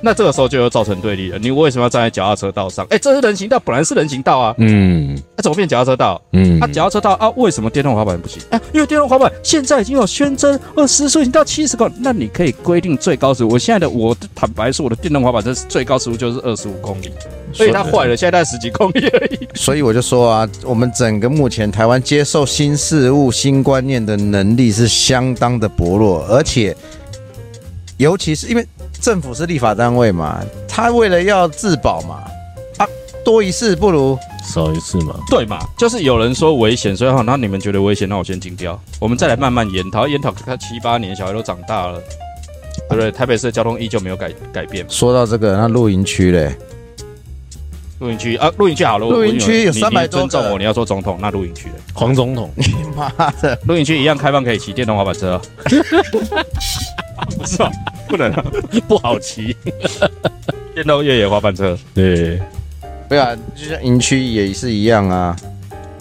[SPEAKER 1] 那这个时候就又造成对立了。你为什么要站在脚踏车道上？哎、这是人行道，本来是人行道啊，
[SPEAKER 2] 嗯
[SPEAKER 1] 那、怎么变脚踏车道？
[SPEAKER 2] 嗯
[SPEAKER 1] 啊，脚踏车道啊，为什么电动滑板不行？哎、因为电动滑板现在已经有宣称二十速已经到七十公里，那你可以规定最高时速。我现在的我坦白说，我的电动滑板这最高时速就是二十五公里，所以它坏了，现在才十几公里而已。
[SPEAKER 4] 所以我就说啊，我们整个目前台湾接受新事物、新观念的能力是相当的薄弱，而且，尤其是因为政府是立法单位嘛，他为了要自保嘛，啊，多一事不如
[SPEAKER 2] 少一次嘛，
[SPEAKER 1] [laughs] 对嘛？就是有人说危险，所以好，那你们觉得危险，那我先禁掉，我们再来慢慢研讨。研讨他七八年，小孩都长大了，对不对？台北市的交通依旧没有改改变嘛。
[SPEAKER 4] 说到这个，那露营区 [laughs] 嘞，
[SPEAKER 1] 露营区啊，露营区好了，我
[SPEAKER 4] 露营区有
[SPEAKER 1] 你
[SPEAKER 4] 300
[SPEAKER 1] 你尊
[SPEAKER 4] 多个
[SPEAKER 1] 重我，你要说总统，那露营区嘞
[SPEAKER 2] 黄总 [laughs] 统，
[SPEAKER 4] 妈的，
[SPEAKER 1] 露营区一样开放可以骑电动滑板车、啊，不是啊， [laughs] 不能啊，
[SPEAKER 2] 不好骑，
[SPEAKER 1] 电动越野滑板车。
[SPEAKER 2] 对，
[SPEAKER 4] 对啊，就像营区也是一样啊。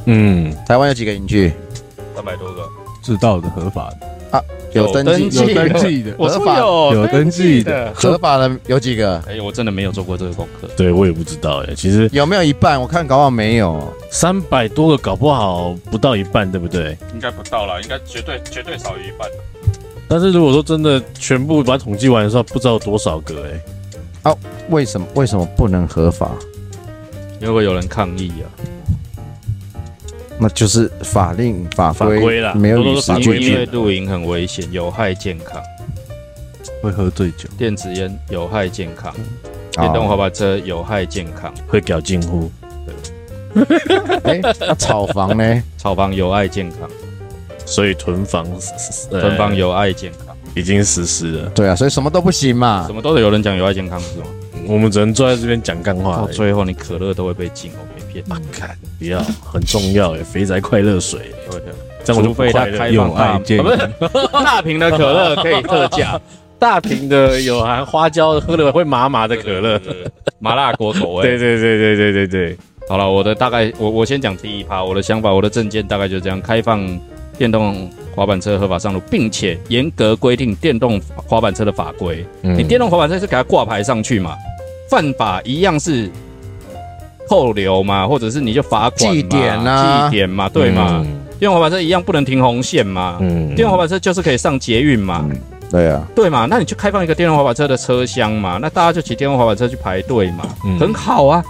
[SPEAKER 2] 嗯，
[SPEAKER 4] 台湾有几个营区？
[SPEAKER 1] 三百多个，
[SPEAKER 3] 知道的合法的，
[SPEAKER 4] 有登记
[SPEAKER 1] 有登
[SPEAKER 3] 登记的
[SPEAKER 1] 我
[SPEAKER 4] 合
[SPEAKER 1] 说
[SPEAKER 4] 法
[SPEAKER 1] 有
[SPEAKER 3] 有登记的。
[SPEAKER 1] 的。
[SPEAKER 4] 合法的有几个？
[SPEAKER 1] 哎、我真的没有做过这个功课。
[SPEAKER 2] 对我也不知道哎，其实
[SPEAKER 4] 有没有一半？我看搞不好没有。
[SPEAKER 2] 三百多个搞不好不到一半，对不对？
[SPEAKER 1] 应该不到了，应该绝对绝对少于一半。
[SPEAKER 2] 但是如果说真的全部把它统计完的时候，不知道有多少个哎，
[SPEAKER 4] 为什么？为什么不能合法？
[SPEAKER 1] 如果有人抗议啊，
[SPEAKER 4] 那就是法令法
[SPEAKER 2] 法
[SPEAKER 4] 规
[SPEAKER 2] 规啦
[SPEAKER 4] 没有
[SPEAKER 2] 都都
[SPEAKER 4] 与
[SPEAKER 2] 是
[SPEAKER 4] 时
[SPEAKER 2] 法
[SPEAKER 1] 因为
[SPEAKER 4] 俱
[SPEAKER 2] 规
[SPEAKER 1] 因为
[SPEAKER 4] 进。
[SPEAKER 1] 露营很危险，有害健康；
[SPEAKER 3] 会喝醉酒，
[SPEAKER 1] 电子烟有害健康，
[SPEAKER 4] 哦
[SPEAKER 1] 电动滑板车有害健康，
[SPEAKER 2] 会搞近乎，
[SPEAKER 4] [laughs] 哎，那炒房呢？
[SPEAKER 1] 炒房有害健康，
[SPEAKER 2] 所以囤房，呃
[SPEAKER 1] 囤房有害健康，
[SPEAKER 2] 已经实施了，
[SPEAKER 4] 对啊，所以什么都不行嘛
[SPEAKER 1] 什。么都有人讲有害健康是吗？
[SPEAKER 2] 我们只能哦坐在这边讲干话
[SPEAKER 1] 到
[SPEAKER 2] 而已。
[SPEAKER 1] 最后你可乐都会被禁，我没骗你。
[SPEAKER 2] 看，不要，很重要哎，肥宅快乐水，
[SPEAKER 1] 对的
[SPEAKER 2] 哦这样我
[SPEAKER 1] 除
[SPEAKER 2] 就不
[SPEAKER 1] 非它
[SPEAKER 2] 快乐
[SPEAKER 1] 开
[SPEAKER 2] 了
[SPEAKER 1] 放大
[SPEAKER 4] 啊
[SPEAKER 3] 有害
[SPEAKER 1] 不
[SPEAKER 3] 健康
[SPEAKER 1] 是 [laughs] 大瓶的可乐可以特价，
[SPEAKER 2] 大瓶的有含花椒，喝了会麻麻的可乐。
[SPEAKER 1] 麻辣锅口味。
[SPEAKER 2] [laughs] 对对对对对对对，
[SPEAKER 1] 好了，我的大概我我先讲第一趴，我的想法，我的证件大概就这样：开放电动滑板车合法上路，并且严格规定电动滑板车的法规。
[SPEAKER 2] 嗯
[SPEAKER 1] 你电动滑板车是给它挂牌上去嘛，犯法一样是扣留嘛，或者是你就罚款嘛
[SPEAKER 4] 记点啊
[SPEAKER 1] 记点嘛，对嘛？？电动滑板车一样不能停红线嘛，
[SPEAKER 2] 嗯
[SPEAKER 1] 电动滑板车就是可以上捷运嘛，
[SPEAKER 4] 对啊，
[SPEAKER 1] 对嘛？那你就开放一个电动滑板车的车厢嘛，那大家就骑电动滑板车去排队嘛，
[SPEAKER 2] 嗯
[SPEAKER 1] 很好啊。
[SPEAKER 4] 哎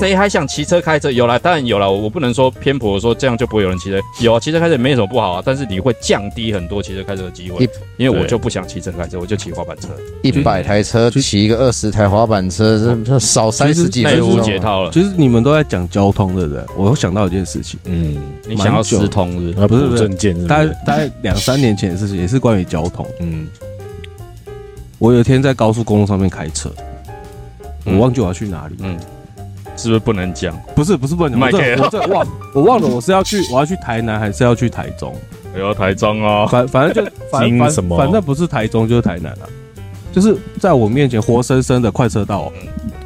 [SPEAKER 1] 谁还想骑车开车？有啦，当然有啦。我我不能说偏颇，说这样就不会有人骑车。有啊，骑车开车也没什么不好啊，但是你会降低很多骑车开车的机会
[SPEAKER 4] 一。
[SPEAKER 1] 因为我
[SPEAKER 2] 对
[SPEAKER 1] 就不想骑车开车，我就骑滑板车，
[SPEAKER 4] 一百台车骑一个二十台滑板车，这这少三十几
[SPEAKER 1] 那
[SPEAKER 4] 分
[SPEAKER 1] 也无
[SPEAKER 4] 钟
[SPEAKER 1] 解
[SPEAKER 4] 啊。
[SPEAKER 1] 套了。
[SPEAKER 3] 其实你们都在讲交通，对不对？我又想到一件事情，
[SPEAKER 2] 嗯，啊
[SPEAKER 1] 你想要
[SPEAKER 3] 蛮久
[SPEAKER 1] 私通是不是？
[SPEAKER 2] 那不
[SPEAKER 3] 不
[SPEAKER 2] 是
[SPEAKER 3] 是
[SPEAKER 2] 证件是不
[SPEAKER 3] 大
[SPEAKER 2] 是
[SPEAKER 3] 概？大概两三年前的事情，也是关于交通。
[SPEAKER 2] 嗯
[SPEAKER 3] 我有一天在高速公路上面开车，
[SPEAKER 1] 嗯
[SPEAKER 3] 我忘记我要去哪里，
[SPEAKER 1] 是不是不能讲？
[SPEAKER 3] 不是不是不能
[SPEAKER 1] 麦
[SPEAKER 3] 我
[SPEAKER 1] 克
[SPEAKER 3] 这我这忘我忘了我是要去我要去台南还是要去台中，
[SPEAKER 1] 我要台中
[SPEAKER 3] [laughs]
[SPEAKER 1] 哦，
[SPEAKER 3] 反反正就反
[SPEAKER 2] 金
[SPEAKER 3] 反
[SPEAKER 2] 什么
[SPEAKER 3] 反正不是台中就是台南啊，就是在我面前活生生的快车道哦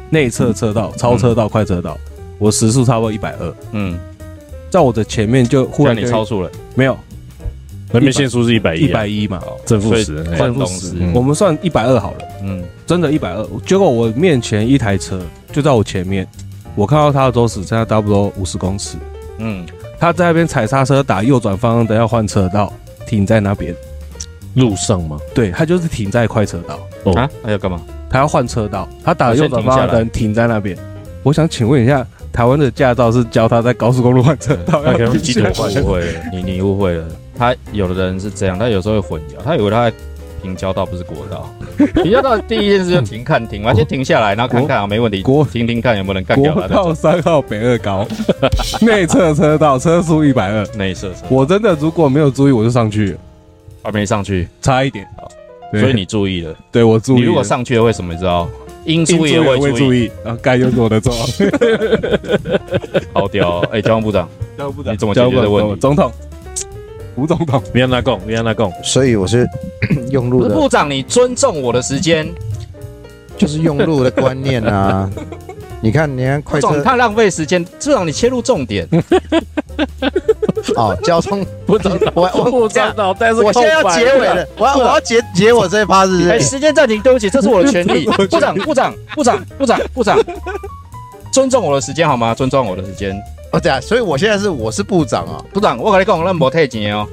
[SPEAKER 3] 内侧车道、超车道、快车道，我时速差不多一百二，
[SPEAKER 1] 嗯，
[SPEAKER 3] 在我的前面就忽
[SPEAKER 1] 那
[SPEAKER 3] 然
[SPEAKER 1] 你
[SPEAKER 3] 就
[SPEAKER 1] 超速了，
[SPEAKER 3] 没有
[SPEAKER 2] 那边限速是一百
[SPEAKER 3] 一
[SPEAKER 2] 一，啊
[SPEAKER 3] 百一嘛，
[SPEAKER 2] 正负
[SPEAKER 1] 所以
[SPEAKER 2] 十，
[SPEAKER 1] 换
[SPEAKER 3] 负
[SPEAKER 1] 东
[SPEAKER 3] 十
[SPEAKER 1] 西，
[SPEAKER 2] 嗯
[SPEAKER 3] 我们算一百二好了。
[SPEAKER 1] 嗯，
[SPEAKER 3] 真的一百二。结果我面前一台车就在我前面，我看到他的时候只剩下差不多五十公尺，
[SPEAKER 1] 嗯，
[SPEAKER 3] 他在那边踩刹车打右转方向灯要换车道，停在那边。
[SPEAKER 2] 路上吗？
[SPEAKER 3] 对他就是停在快车道，
[SPEAKER 2] 哦
[SPEAKER 1] 啊，还要干嘛？
[SPEAKER 3] 他要换车道，他打右转方向
[SPEAKER 1] 他先
[SPEAKER 3] 灯停在那边。我想请问一下，台湾的驾照是教他在高速公路换
[SPEAKER 1] [laughs]
[SPEAKER 3] 车道，
[SPEAKER 2] 那可能
[SPEAKER 3] 要
[SPEAKER 2] 是基
[SPEAKER 3] 停
[SPEAKER 2] 督
[SPEAKER 3] 下
[SPEAKER 2] 徒
[SPEAKER 3] 来
[SPEAKER 1] 误会了，你你误会了。他有的人是这样，他有时候会混淆，他以为他在平交道不是国道。平交道第一件事就停看停嘛，先停下来，然后看看啊，没问题
[SPEAKER 3] 国，
[SPEAKER 1] 停停看有没有人干掉
[SPEAKER 3] 国
[SPEAKER 1] 他的
[SPEAKER 3] 道三号北二高 [laughs] 内侧车道，车速一
[SPEAKER 1] [laughs]
[SPEAKER 3] 百二。
[SPEAKER 1] 内射车，
[SPEAKER 3] 我真的如果没有注意，我就上去了，
[SPEAKER 1] 啊没上去，
[SPEAKER 3] 差一点。对
[SPEAKER 1] 所以你注意了。
[SPEAKER 3] 对我注意了，
[SPEAKER 1] 你如果上去了会什么？你知道？
[SPEAKER 5] 啊
[SPEAKER 1] 应
[SPEAKER 3] 注
[SPEAKER 1] 注意也会
[SPEAKER 3] 会
[SPEAKER 1] 注
[SPEAKER 3] 注
[SPEAKER 1] 意，
[SPEAKER 3] 意，然后该就是我
[SPEAKER 5] [laughs]
[SPEAKER 3] 的错。
[SPEAKER 1] 好屌哦！哎，交通部长，
[SPEAKER 3] 交不
[SPEAKER 1] 你怎么解决的问题？
[SPEAKER 3] 总统，吴总统，
[SPEAKER 2] 你让他供，你让他供，
[SPEAKER 4] 所以我是用路
[SPEAKER 1] 不是
[SPEAKER 4] 的
[SPEAKER 1] 部长，你尊重我的时间，
[SPEAKER 4] 就是用路的观念啊。你看，你看快
[SPEAKER 1] 不懂
[SPEAKER 4] 车
[SPEAKER 1] 太浪费时间，这让你切入重点。
[SPEAKER 4] 哦，交通，
[SPEAKER 2] 不知道，
[SPEAKER 4] 我我
[SPEAKER 2] 哦不知道，但是
[SPEAKER 4] 我现在要结尾了，我要我要结结我这一趴是不
[SPEAKER 1] 哎，
[SPEAKER 4] 是？
[SPEAKER 1] 时间暂停，对不起，这是我的权利。部长，部长，部长，部长，部 [laughs] 长，尊重我的时间好吗？尊重我的时间，
[SPEAKER 4] 哦对啊，所以我现在是我是部长啊，
[SPEAKER 1] 部长，我跟你讲，那没太紧哦。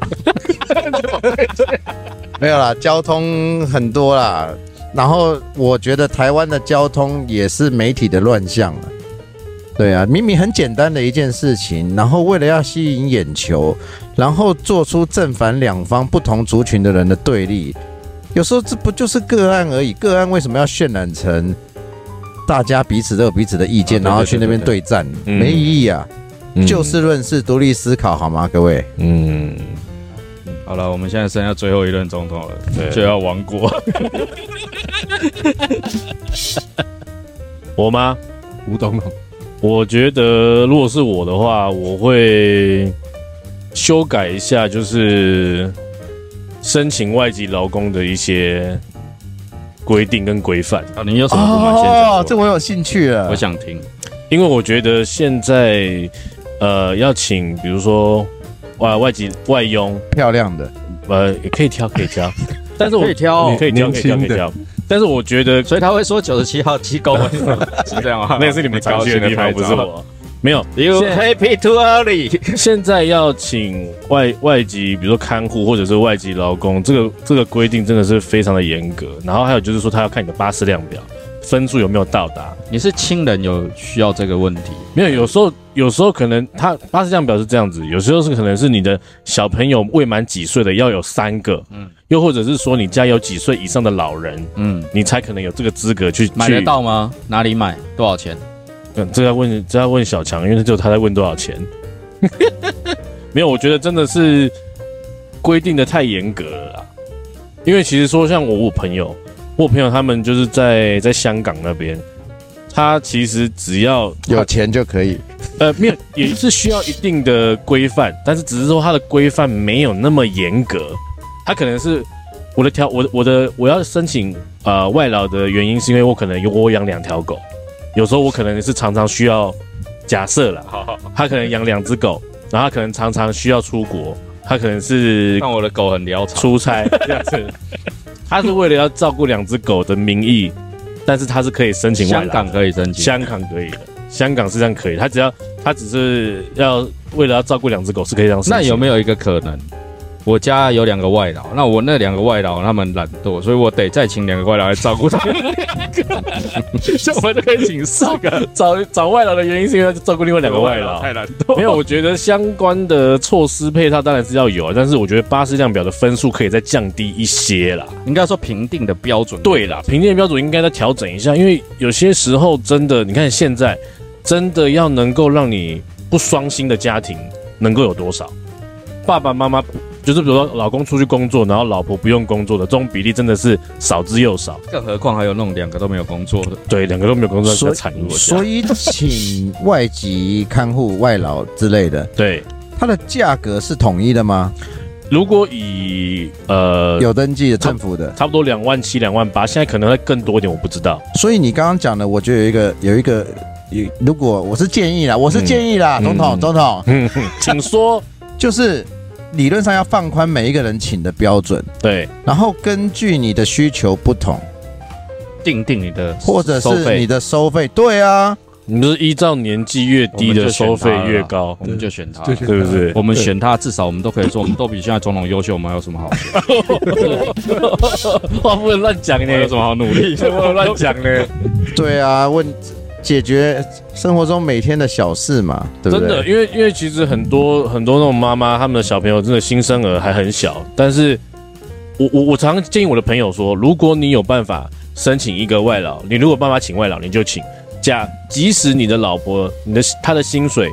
[SPEAKER 4] 没有啦，交通很多啦。然后我觉得台湾的交通也是媒体的乱象了。对啊，明明很简单的一件事情，然后为了要吸引眼球，然后做出正反两方不同族群的人的对立，有时候这不就是个案而已？个案为什么要渲染成大家彼此都有彼此的意见，
[SPEAKER 2] 啊对
[SPEAKER 4] 然后去那边对战，
[SPEAKER 2] 对
[SPEAKER 4] 没意义啊！
[SPEAKER 2] 嗯
[SPEAKER 4] 就事论事，独立思考，好吗，各位？
[SPEAKER 2] 嗯，
[SPEAKER 1] 好了，我们现在剩下最后一任总统了，
[SPEAKER 2] 对
[SPEAKER 1] 就要亡国。
[SPEAKER 2] 我吗？
[SPEAKER 5] 吴总统，
[SPEAKER 2] 我觉得如果是我的话，我会修改一下，就是申请外籍劳工的一些规定跟规范，
[SPEAKER 1] 啊，你有什么不满？先讲
[SPEAKER 4] 哦这
[SPEAKER 1] 出来
[SPEAKER 4] 我有兴趣了。
[SPEAKER 1] 我想听。
[SPEAKER 2] 因为我觉得现在呃要请，比如说外外籍外佣，
[SPEAKER 4] 漂亮的，
[SPEAKER 2] 呃也可以挑可以挑，但是我
[SPEAKER 1] 可以挑哦
[SPEAKER 2] [laughs] 你可以挑可以挑可以挑，但是我觉得
[SPEAKER 1] 所以他会说九十七号机构啊 [laughs] 是这样 [laughs] 吗？
[SPEAKER 2] [laughs] 那也是你们常见的地方，不是。我。没有，
[SPEAKER 1] You
[SPEAKER 2] 现在
[SPEAKER 1] happy too early。 [laughs]
[SPEAKER 2] 现在要请外外籍，比如说看护或者是外籍劳工，这个这个规定真的是非常的严格。然后还有就是说，他要看你的巴士量表，分数有没有到达。
[SPEAKER 1] 你是亲人有需要这个问题，
[SPEAKER 2] 没有，有时候有时候可能他巴士量表是这样子，有时候是可能是你的小朋友未满几岁的要有三个，嗯，又或者是说你家有几岁以上的老人，
[SPEAKER 1] 嗯，
[SPEAKER 2] 你才可能有这个资格去
[SPEAKER 1] 买得
[SPEAKER 2] 去
[SPEAKER 1] 到吗？哪里买？多少钱？
[SPEAKER 2] 嗯，这要问这要问小强，因为只有他在问多少钱。 [laughs] 没有，我觉得真的是规定的太严格了啦。因为其实说像我我朋友，我朋友他们就是在在香港那边，他其实只要
[SPEAKER 4] 有钱就可以。
[SPEAKER 2] 呃没有
[SPEAKER 1] [laughs]
[SPEAKER 2] 也是需要一定的规范，但是只是说他的规范没有那么严格，他可能是我的条我的我的我要申请呃外劳的原因是因为我可能有我养两条狗，有时候我可能是常常需要假设啦，
[SPEAKER 1] 好好，
[SPEAKER 2] 他可能养两只狗，然后他可能常常需要出国，他可能是
[SPEAKER 1] 但我的狗很潦草。
[SPEAKER 2] 出
[SPEAKER 1] [laughs]
[SPEAKER 2] 差这样子，他是为了要照顾两只狗的名义，但是他是可以申请外
[SPEAKER 1] 香
[SPEAKER 2] 劳的
[SPEAKER 1] 港可以申请，
[SPEAKER 2] 香港可以的，香港是这样可以，他只要他只是要为了要照顾两只狗是可以这样申请。
[SPEAKER 1] 那有没有一个可能？我家有两个外劳，那我那两个外劳他们懒惰，所以我得再请两个外劳来照顾他
[SPEAKER 2] [laughs]
[SPEAKER 1] 们。
[SPEAKER 2] 像我们就可
[SPEAKER 1] [laughs]
[SPEAKER 2] 以请四个找找外劳的原因是因为要照顾另外两个外劳。
[SPEAKER 1] 懒惰。
[SPEAKER 2] 没有，我觉得相关的措施配套当然是要有啊，但是我觉得巴士量表的分数可以再降低一些啦。
[SPEAKER 1] 应该说评定的标准。
[SPEAKER 2] 对啦，评鉴标准应该再调整一下，因为有些时候真的，你看现在真的要能够让你不双薪的家庭能够有多少？爸爸妈妈就是比如说老公出去工作，然后老婆不用工作的这种比例真的是少之又少。
[SPEAKER 1] 更何况还有那种两个都没有工作的，
[SPEAKER 2] 对，两个都没有工作，
[SPEAKER 4] 所
[SPEAKER 2] 比较
[SPEAKER 4] 以
[SPEAKER 2] 惨弱。
[SPEAKER 4] 所以请外籍看护、外劳之类的，
[SPEAKER 2] 对，
[SPEAKER 4] 它的价格是统一的吗？
[SPEAKER 2] 如果以呃
[SPEAKER 4] 有登记的政府的。
[SPEAKER 2] 差不多两万七、两万八，现在可能会更多一点，我不知道。
[SPEAKER 4] 所以你刚刚讲的，我觉得有一个有一个有，如果我是建议啦，我是建议啦，
[SPEAKER 2] 嗯
[SPEAKER 4] 总统
[SPEAKER 2] 嗯
[SPEAKER 4] 总统，
[SPEAKER 2] 嗯，请说。
[SPEAKER 4] 就是理论上要放宽每一个人请的标准，
[SPEAKER 2] 对，
[SPEAKER 4] 然后根据你的需求不同，
[SPEAKER 1] 定定你的
[SPEAKER 4] 或者
[SPEAKER 1] 收
[SPEAKER 4] 是
[SPEAKER 1] 费
[SPEAKER 4] 你的收费，对啊，
[SPEAKER 2] 你就是依照年纪越低的收费越高
[SPEAKER 1] 我，们就选他啦。
[SPEAKER 5] 对
[SPEAKER 1] 对
[SPEAKER 2] 对不对？
[SPEAKER 1] 我们选他，至少我们都可以说，我们都比现在总统优秀，我们还有什么好？
[SPEAKER 2] [laughs] 话不能乱讲
[SPEAKER 1] 我们有什么好努
[SPEAKER 2] [laughs]
[SPEAKER 1] 力？
[SPEAKER 2] 乱讲呢？
[SPEAKER 4] 对啊，问解决生活中每天的小事嘛，对不
[SPEAKER 2] 真
[SPEAKER 4] 对？
[SPEAKER 2] 的，因为因为其实很多很多那种妈妈，他们的小朋友真的新生儿还很小，但是我我我常常建议我的朋友说，如果你有办法申请一个外劳，你如果办法请外劳，你就请。假即使你的老婆你的她的薪水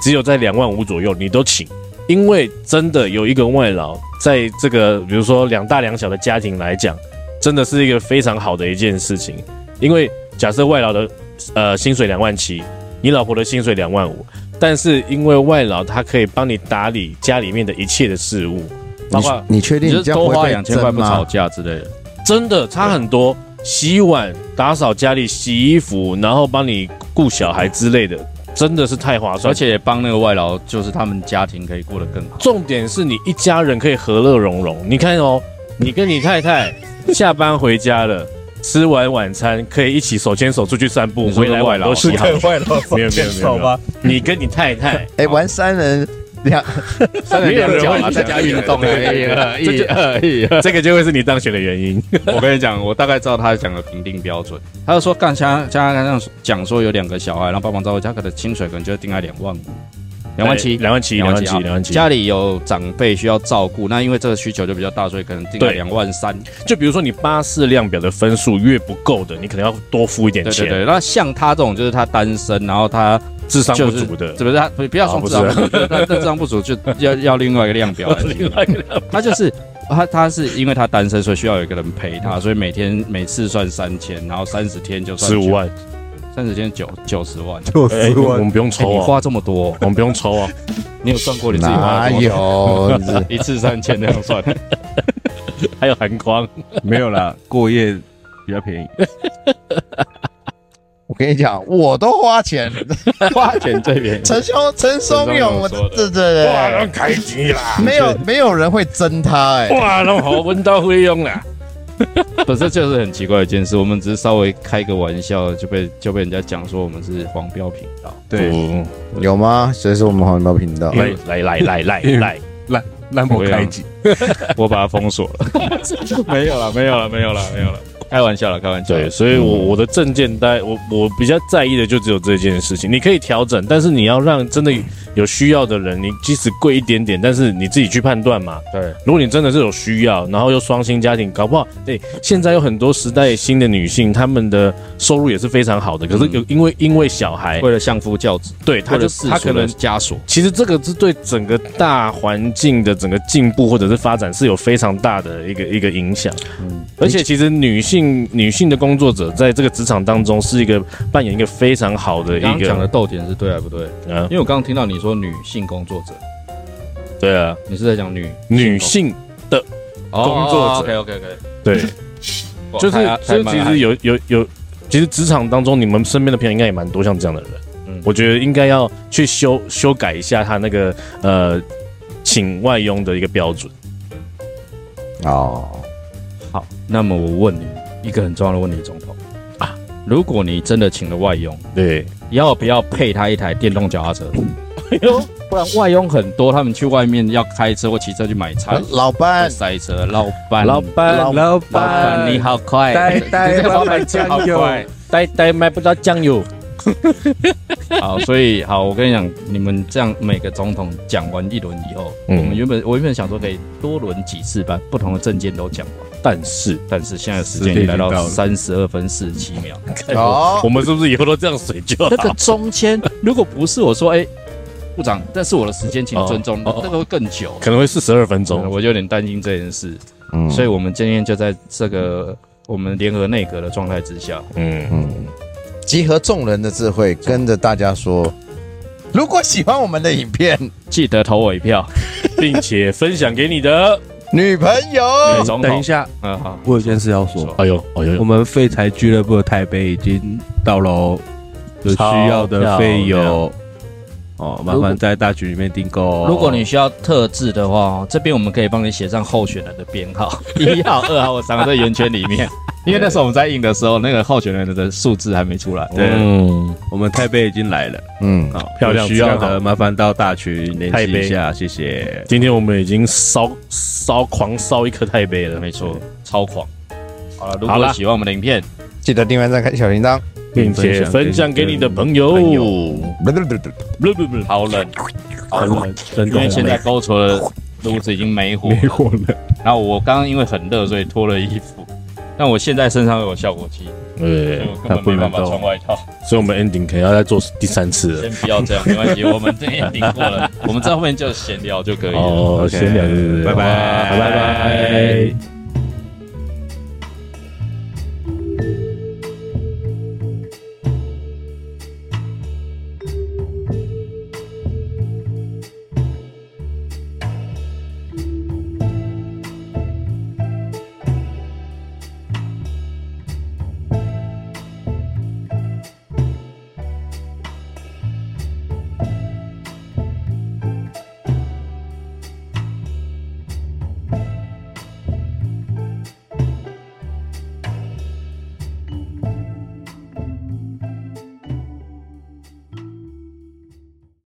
[SPEAKER 2] 只有在两万五左右，你都请，因为真的有一个外劳，在这个比如说两大两小的家庭来讲，真的是一个非常好的一件事情。因为假设外劳的呃薪水两万七，你老婆的薪水两万五，但是因为外劳他可以帮你打理家里面的一切的事务，包括
[SPEAKER 4] 你你确定
[SPEAKER 1] 你就是
[SPEAKER 4] 你这样
[SPEAKER 1] 多
[SPEAKER 4] 不
[SPEAKER 1] 花
[SPEAKER 4] 会
[SPEAKER 1] 两
[SPEAKER 2] 啊
[SPEAKER 4] 被
[SPEAKER 1] 千块
[SPEAKER 4] 针
[SPEAKER 1] 不吵
[SPEAKER 4] 吗？
[SPEAKER 1] 架之类的。
[SPEAKER 2] 真的差很多。洗碗、打扫家里、洗衣服，然后帮你顾小孩之类的，真的是太划算。
[SPEAKER 1] 而且帮那个外劳，就是他们家庭可以过得更好。
[SPEAKER 2] 重点是你一家人可以和乐融融。你看哦，你跟你太太下班回家了，吃完晚餐可以一起手牵手出去散步，
[SPEAKER 1] 你说
[SPEAKER 2] 回来
[SPEAKER 1] 跟外
[SPEAKER 2] 碗
[SPEAKER 1] 劳
[SPEAKER 2] 都
[SPEAKER 1] 是
[SPEAKER 2] 洗好了。
[SPEAKER 6] 坏了，
[SPEAKER 2] 没有没有没有没有，你跟你太太
[SPEAKER 4] 哎，玩三人两三
[SPEAKER 2] 没有人
[SPEAKER 4] 脚
[SPEAKER 2] 会
[SPEAKER 4] 嘛，再加运动，一二一二一二，
[SPEAKER 2] 这个就会是你当选的原
[SPEAKER 1] [laughs]
[SPEAKER 2] 因。
[SPEAKER 1] 我跟你讲，我大概知道他讲的评定标准。他就说，干像像他这样讲说有两个小孩，然后帮忙照顾，他可能薪水可能就定在两万五、两万七、
[SPEAKER 2] 两万七，两万七，
[SPEAKER 1] 啊
[SPEAKER 2] 两万七。
[SPEAKER 1] 家里有长辈需要照顾，那因为这个需求就比较大，所以可能定在
[SPEAKER 2] 对
[SPEAKER 1] 两万三。
[SPEAKER 2] 就比如说你巴士量表的分数越不够的，你可能要多付一点
[SPEAKER 1] 对对
[SPEAKER 2] 钱。
[SPEAKER 1] 对，那像他这种就是他单身，然后他
[SPEAKER 2] 智商不
[SPEAKER 1] 就是
[SPEAKER 2] 足的，
[SPEAKER 1] 怎么他不不要
[SPEAKER 2] 啊
[SPEAKER 1] 说
[SPEAKER 2] 不
[SPEAKER 1] 智
[SPEAKER 2] 是
[SPEAKER 1] 商不足， [laughs] 就是他智商不足就要要另外一个量表来
[SPEAKER 2] 另外一个量
[SPEAKER 1] 他就是他，他是因为他单身，所以需要有一个人陪他，所以每天每次算三千，然后三十天就算
[SPEAKER 2] 十五，万，
[SPEAKER 1] 三十天九九十万。
[SPEAKER 4] 我
[SPEAKER 2] 哎，
[SPEAKER 4] 十
[SPEAKER 2] 我
[SPEAKER 4] 万
[SPEAKER 2] 们不用
[SPEAKER 1] 哎
[SPEAKER 2] 抽
[SPEAKER 1] 你
[SPEAKER 2] 啊，
[SPEAKER 1] 花这么多哦，
[SPEAKER 2] 我们不用抽啊，
[SPEAKER 1] 你有算过你自己花
[SPEAKER 4] 哪
[SPEAKER 1] 了多少？
[SPEAKER 4] 有？你这
[SPEAKER 1] [laughs] 一次三千这样算，
[SPEAKER 2] 还有寒光，
[SPEAKER 5] 没有 [laughs] 啦，过夜比较便宜。
[SPEAKER 4] 我跟你讲，我都花
[SPEAKER 1] [laughs]
[SPEAKER 4] 钱，
[SPEAKER 1] 花钱最便宜。 [laughs]
[SPEAKER 4] 陈兄陈松
[SPEAKER 1] 陈松勇
[SPEAKER 4] 勇，我
[SPEAKER 1] 说的
[SPEAKER 4] 对对对，
[SPEAKER 2] 开机啦
[SPEAKER 4] 没有没有人会争他哎。
[SPEAKER 2] 哇，弄好温到会用啊啦。
[SPEAKER 1] 不是，就是很奇怪的一件事，我们只是稍微开个玩笑，就被就被人家讲说我们是黄标频道。
[SPEAKER 5] 对，
[SPEAKER 2] 嗯
[SPEAKER 4] 有吗？谁是我们黄标频道？
[SPEAKER 1] 哎
[SPEAKER 2] 来来来来来来，
[SPEAKER 5] 兰博开机，
[SPEAKER 1] 我把它封锁了。没有了，没有了，没有了，没有了，开玩笑了，开玩笑。
[SPEAKER 2] 对，，所以我我的证件单，我我比较在意的就只有这件事情。你可以调整，但是你要让真的有需要的人，你即使贵一点点，但是你自己去判断嘛。
[SPEAKER 1] 对，
[SPEAKER 2] 如果你真的是有需要，然后又双薪家庭，搞不好，哎、现在有很多时代新的女性，她们的收入也是非常好的，可是有因为因为小孩，
[SPEAKER 1] 为了相夫教子，
[SPEAKER 2] 对，她
[SPEAKER 1] 为
[SPEAKER 2] 就
[SPEAKER 1] 了世
[SPEAKER 2] 她
[SPEAKER 1] 俗
[SPEAKER 2] 可
[SPEAKER 1] 的
[SPEAKER 2] 能。
[SPEAKER 1] 枷锁。
[SPEAKER 2] 其实这个是对整个大环境的整个进步或者是发展是有非常大的一个一个影响，
[SPEAKER 1] 嗯
[SPEAKER 2] 而且其实女性女性的工作者在这个职场当中是一个扮演一个非常好的
[SPEAKER 1] 你刚
[SPEAKER 2] 一
[SPEAKER 1] 刚讲的
[SPEAKER 2] 个，
[SPEAKER 1] 逗点是对还不对？
[SPEAKER 2] 嗯
[SPEAKER 1] 因，为我刚刚听到你说女性工作者，
[SPEAKER 2] 对啊，
[SPEAKER 1] 你是在讲女
[SPEAKER 2] 女性
[SPEAKER 1] 哦
[SPEAKER 2] 工作者
[SPEAKER 1] OK OK OK，
[SPEAKER 2] 对，
[SPEAKER 1] 哦
[SPEAKER 2] 就是
[SPEAKER 1] 啊
[SPEAKER 2] 所以其实有有有，其实职场当中你们身边的朋友应该也蛮多像这样的人，
[SPEAKER 1] 嗯
[SPEAKER 2] 我觉得应该要去修修改一下他那个呃请外佣的一个标准。
[SPEAKER 4] 哦，
[SPEAKER 1] 好。那么我问你一个很重要的问题，总统啊，如果你真的请了外佣，
[SPEAKER 2] 对，
[SPEAKER 1] 要不要配他一台电动脚踏
[SPEAKER 2] [laughs]
[SPEAKER 1] 车？
[SPEAKER 2] 哎
[SPEAKER 1] 不然外佣很多，他们去外面要开车或骑车去买菜，
[SPEAKER 4] 老
[SPEAKER 1] 会
[SPEAKER 4] 班，
[SPEAKER 1] 塞车。老板，
[SPEAKER 2] 哎嗯老板
[SPEAKER 4] 老
[SPEAKER 5] 啊老
[SPEAKER 1] 老板，你好快，
[SPEAKER 5] 呆呆
[SPEAKER 1] [laughs] 你这个老
[SPEAKER 5] 老板
[SPEAKER 1] 板真好
[SPEAKER 5] 酱油
[SPEAKER 1] 快。
[SPEAKER 2] 呆呆卖不到酱油，
[SPEAKER 1] [laughs] 好，所以好，我跟你讲，你们这样每个总统讲完一轮以后，
[SPEAKER 2] 嗯
[SPEAKER 1] 我们原本我原本想说可以多轮几次，把不同的证件都讲完，
[SPEAKER 2] 但是
[SPEAKER 1] 但是现在时间已经来到三十二分四十七秒，
[SPEAKER 4] 哦
[SPEAKER 2] 我，们是不是以后都这样水就
[SPEAKER 1] 那个
[SPEAKER 2] 好？
[SPEAKER 1] 中间如果不是我说，哎、部长，这是我的时间，请尊重，
[SPEAKER 2] 哦哦哦
[SPEAKER 1] 这个会更久。
[SPEAKER 2] 可能会四十二分钟。
[SPEAKER 1] 我就有点担心这件事，
[SPEAKER 4] 嗯
[SPEAKER 1] 哎所以我们今天就在这个我们联合内阁的状态之下，
[SPEAKER 2] 嗯，
[SPEAKER 4] 嗯，集合众人的智慧，跟着大家说，如果喜欢我们的影片，
[SPEAKER 1] 记得投我一票，
[SPEAKER 2] 并且分享给你的。
[SPEAKER 4] 女朋友
[SPEAKER 1] 总
[SPEAKER 5] 哎等
[SPEAKER 1] 统
[SPEAKER 5] 一。下，
[SPEAKER 1] 嗯，好，
[SPEAKER 5] 我有件事要说。
[SPEAKER 2] 哎呦，哎
[SPEAKER 5] 我
[SPEAKER 2] 呦，
[SPEAKER 5] 们废柴俱乐部的台北已经到了哦有需要的费
[SPEAKER 2] 超漂
[SPEAKER 5] 用哦，麻烦在大群里面订购哦。
[SPEAKER 1] 如果你需要特制的话，哦，这边我们可以帮你写上候选人的编 [laughs] 号，一号、二号、三号在圆圈里面。 [laughs] 因为那时候我们在印的时候，那个候选人的数字还没出来。
[SPEAKER 5] 对，
[SPEAKER 2] 嗯，
[SPEAKER 5] 我们台北已经来了，
[SPEAKER 4] 嗯，
[SPEAKER 5] 好，
[SPEAKER 2] 漂亮
[SPEAKER 5] 有需要
[SPEAKER 2] 质量好
[SPEAKER 5] 的麻烦到大群联
[SPEAKER 2] 台
[SPEAKER 5] 系
[SPEAKER 2] 北
[SPEAKER 5] 一下，谢谢。
[SPEAKER 2] 今天我们已经烧烧狂烧一颗太杯了，
[SPEAKER 1] 没错，超狂。好了，如
[SPEAKER 2] 好
[SPEAKER 1] 果
[SPEAKER 2] 啦
[SPEAKER 1] 喜欢我们的影片，
[SPEAKER 4] 记得订阅、赞、开小铃铛。
[SPEAKER 2] 并且分享给你的朋友。
[SPEAKER 5] 朋友
[SPEAKER 2] 不不不，
[SPEAKER 1] 好冷，好冷，
[SPEAKER 5] 真
[SPEAKER 1] 因为现在勾出了炉子已经没火，
[SPEAKER 5] 没货了，
[SPEAKER 1] 然后我刚刚因为很热，所以脱了衣服。但我现在身上有效果器，所
[SPEAKER 2] 对
[SPEAKER 1] 以我，根
[SPEAKER 2] 他
[SPEAKER 1] 本
[SPEAKER 2] 不
[SPEAKER 1] 没
[SPEAKER 2] 能
[SPEAKER 1] 办法穿
[SPEAKER 2] 动，
[SPEAKER 1] 外套。
[SPEAKER 2] 所以我们 ending 可能要再做第三次了。
[SPEAKER 1] 先不要这样，没关系，我们这也顶过了，我们在后面就闲聊就可以了。
[SPEAKER 2] 哦，
[SPEAKER 5] OK，
[SPEAKER 2] 闲聊，对对对，
[SPEAKER 5] 拜拜
[SPEAKER 2] 好拜拜。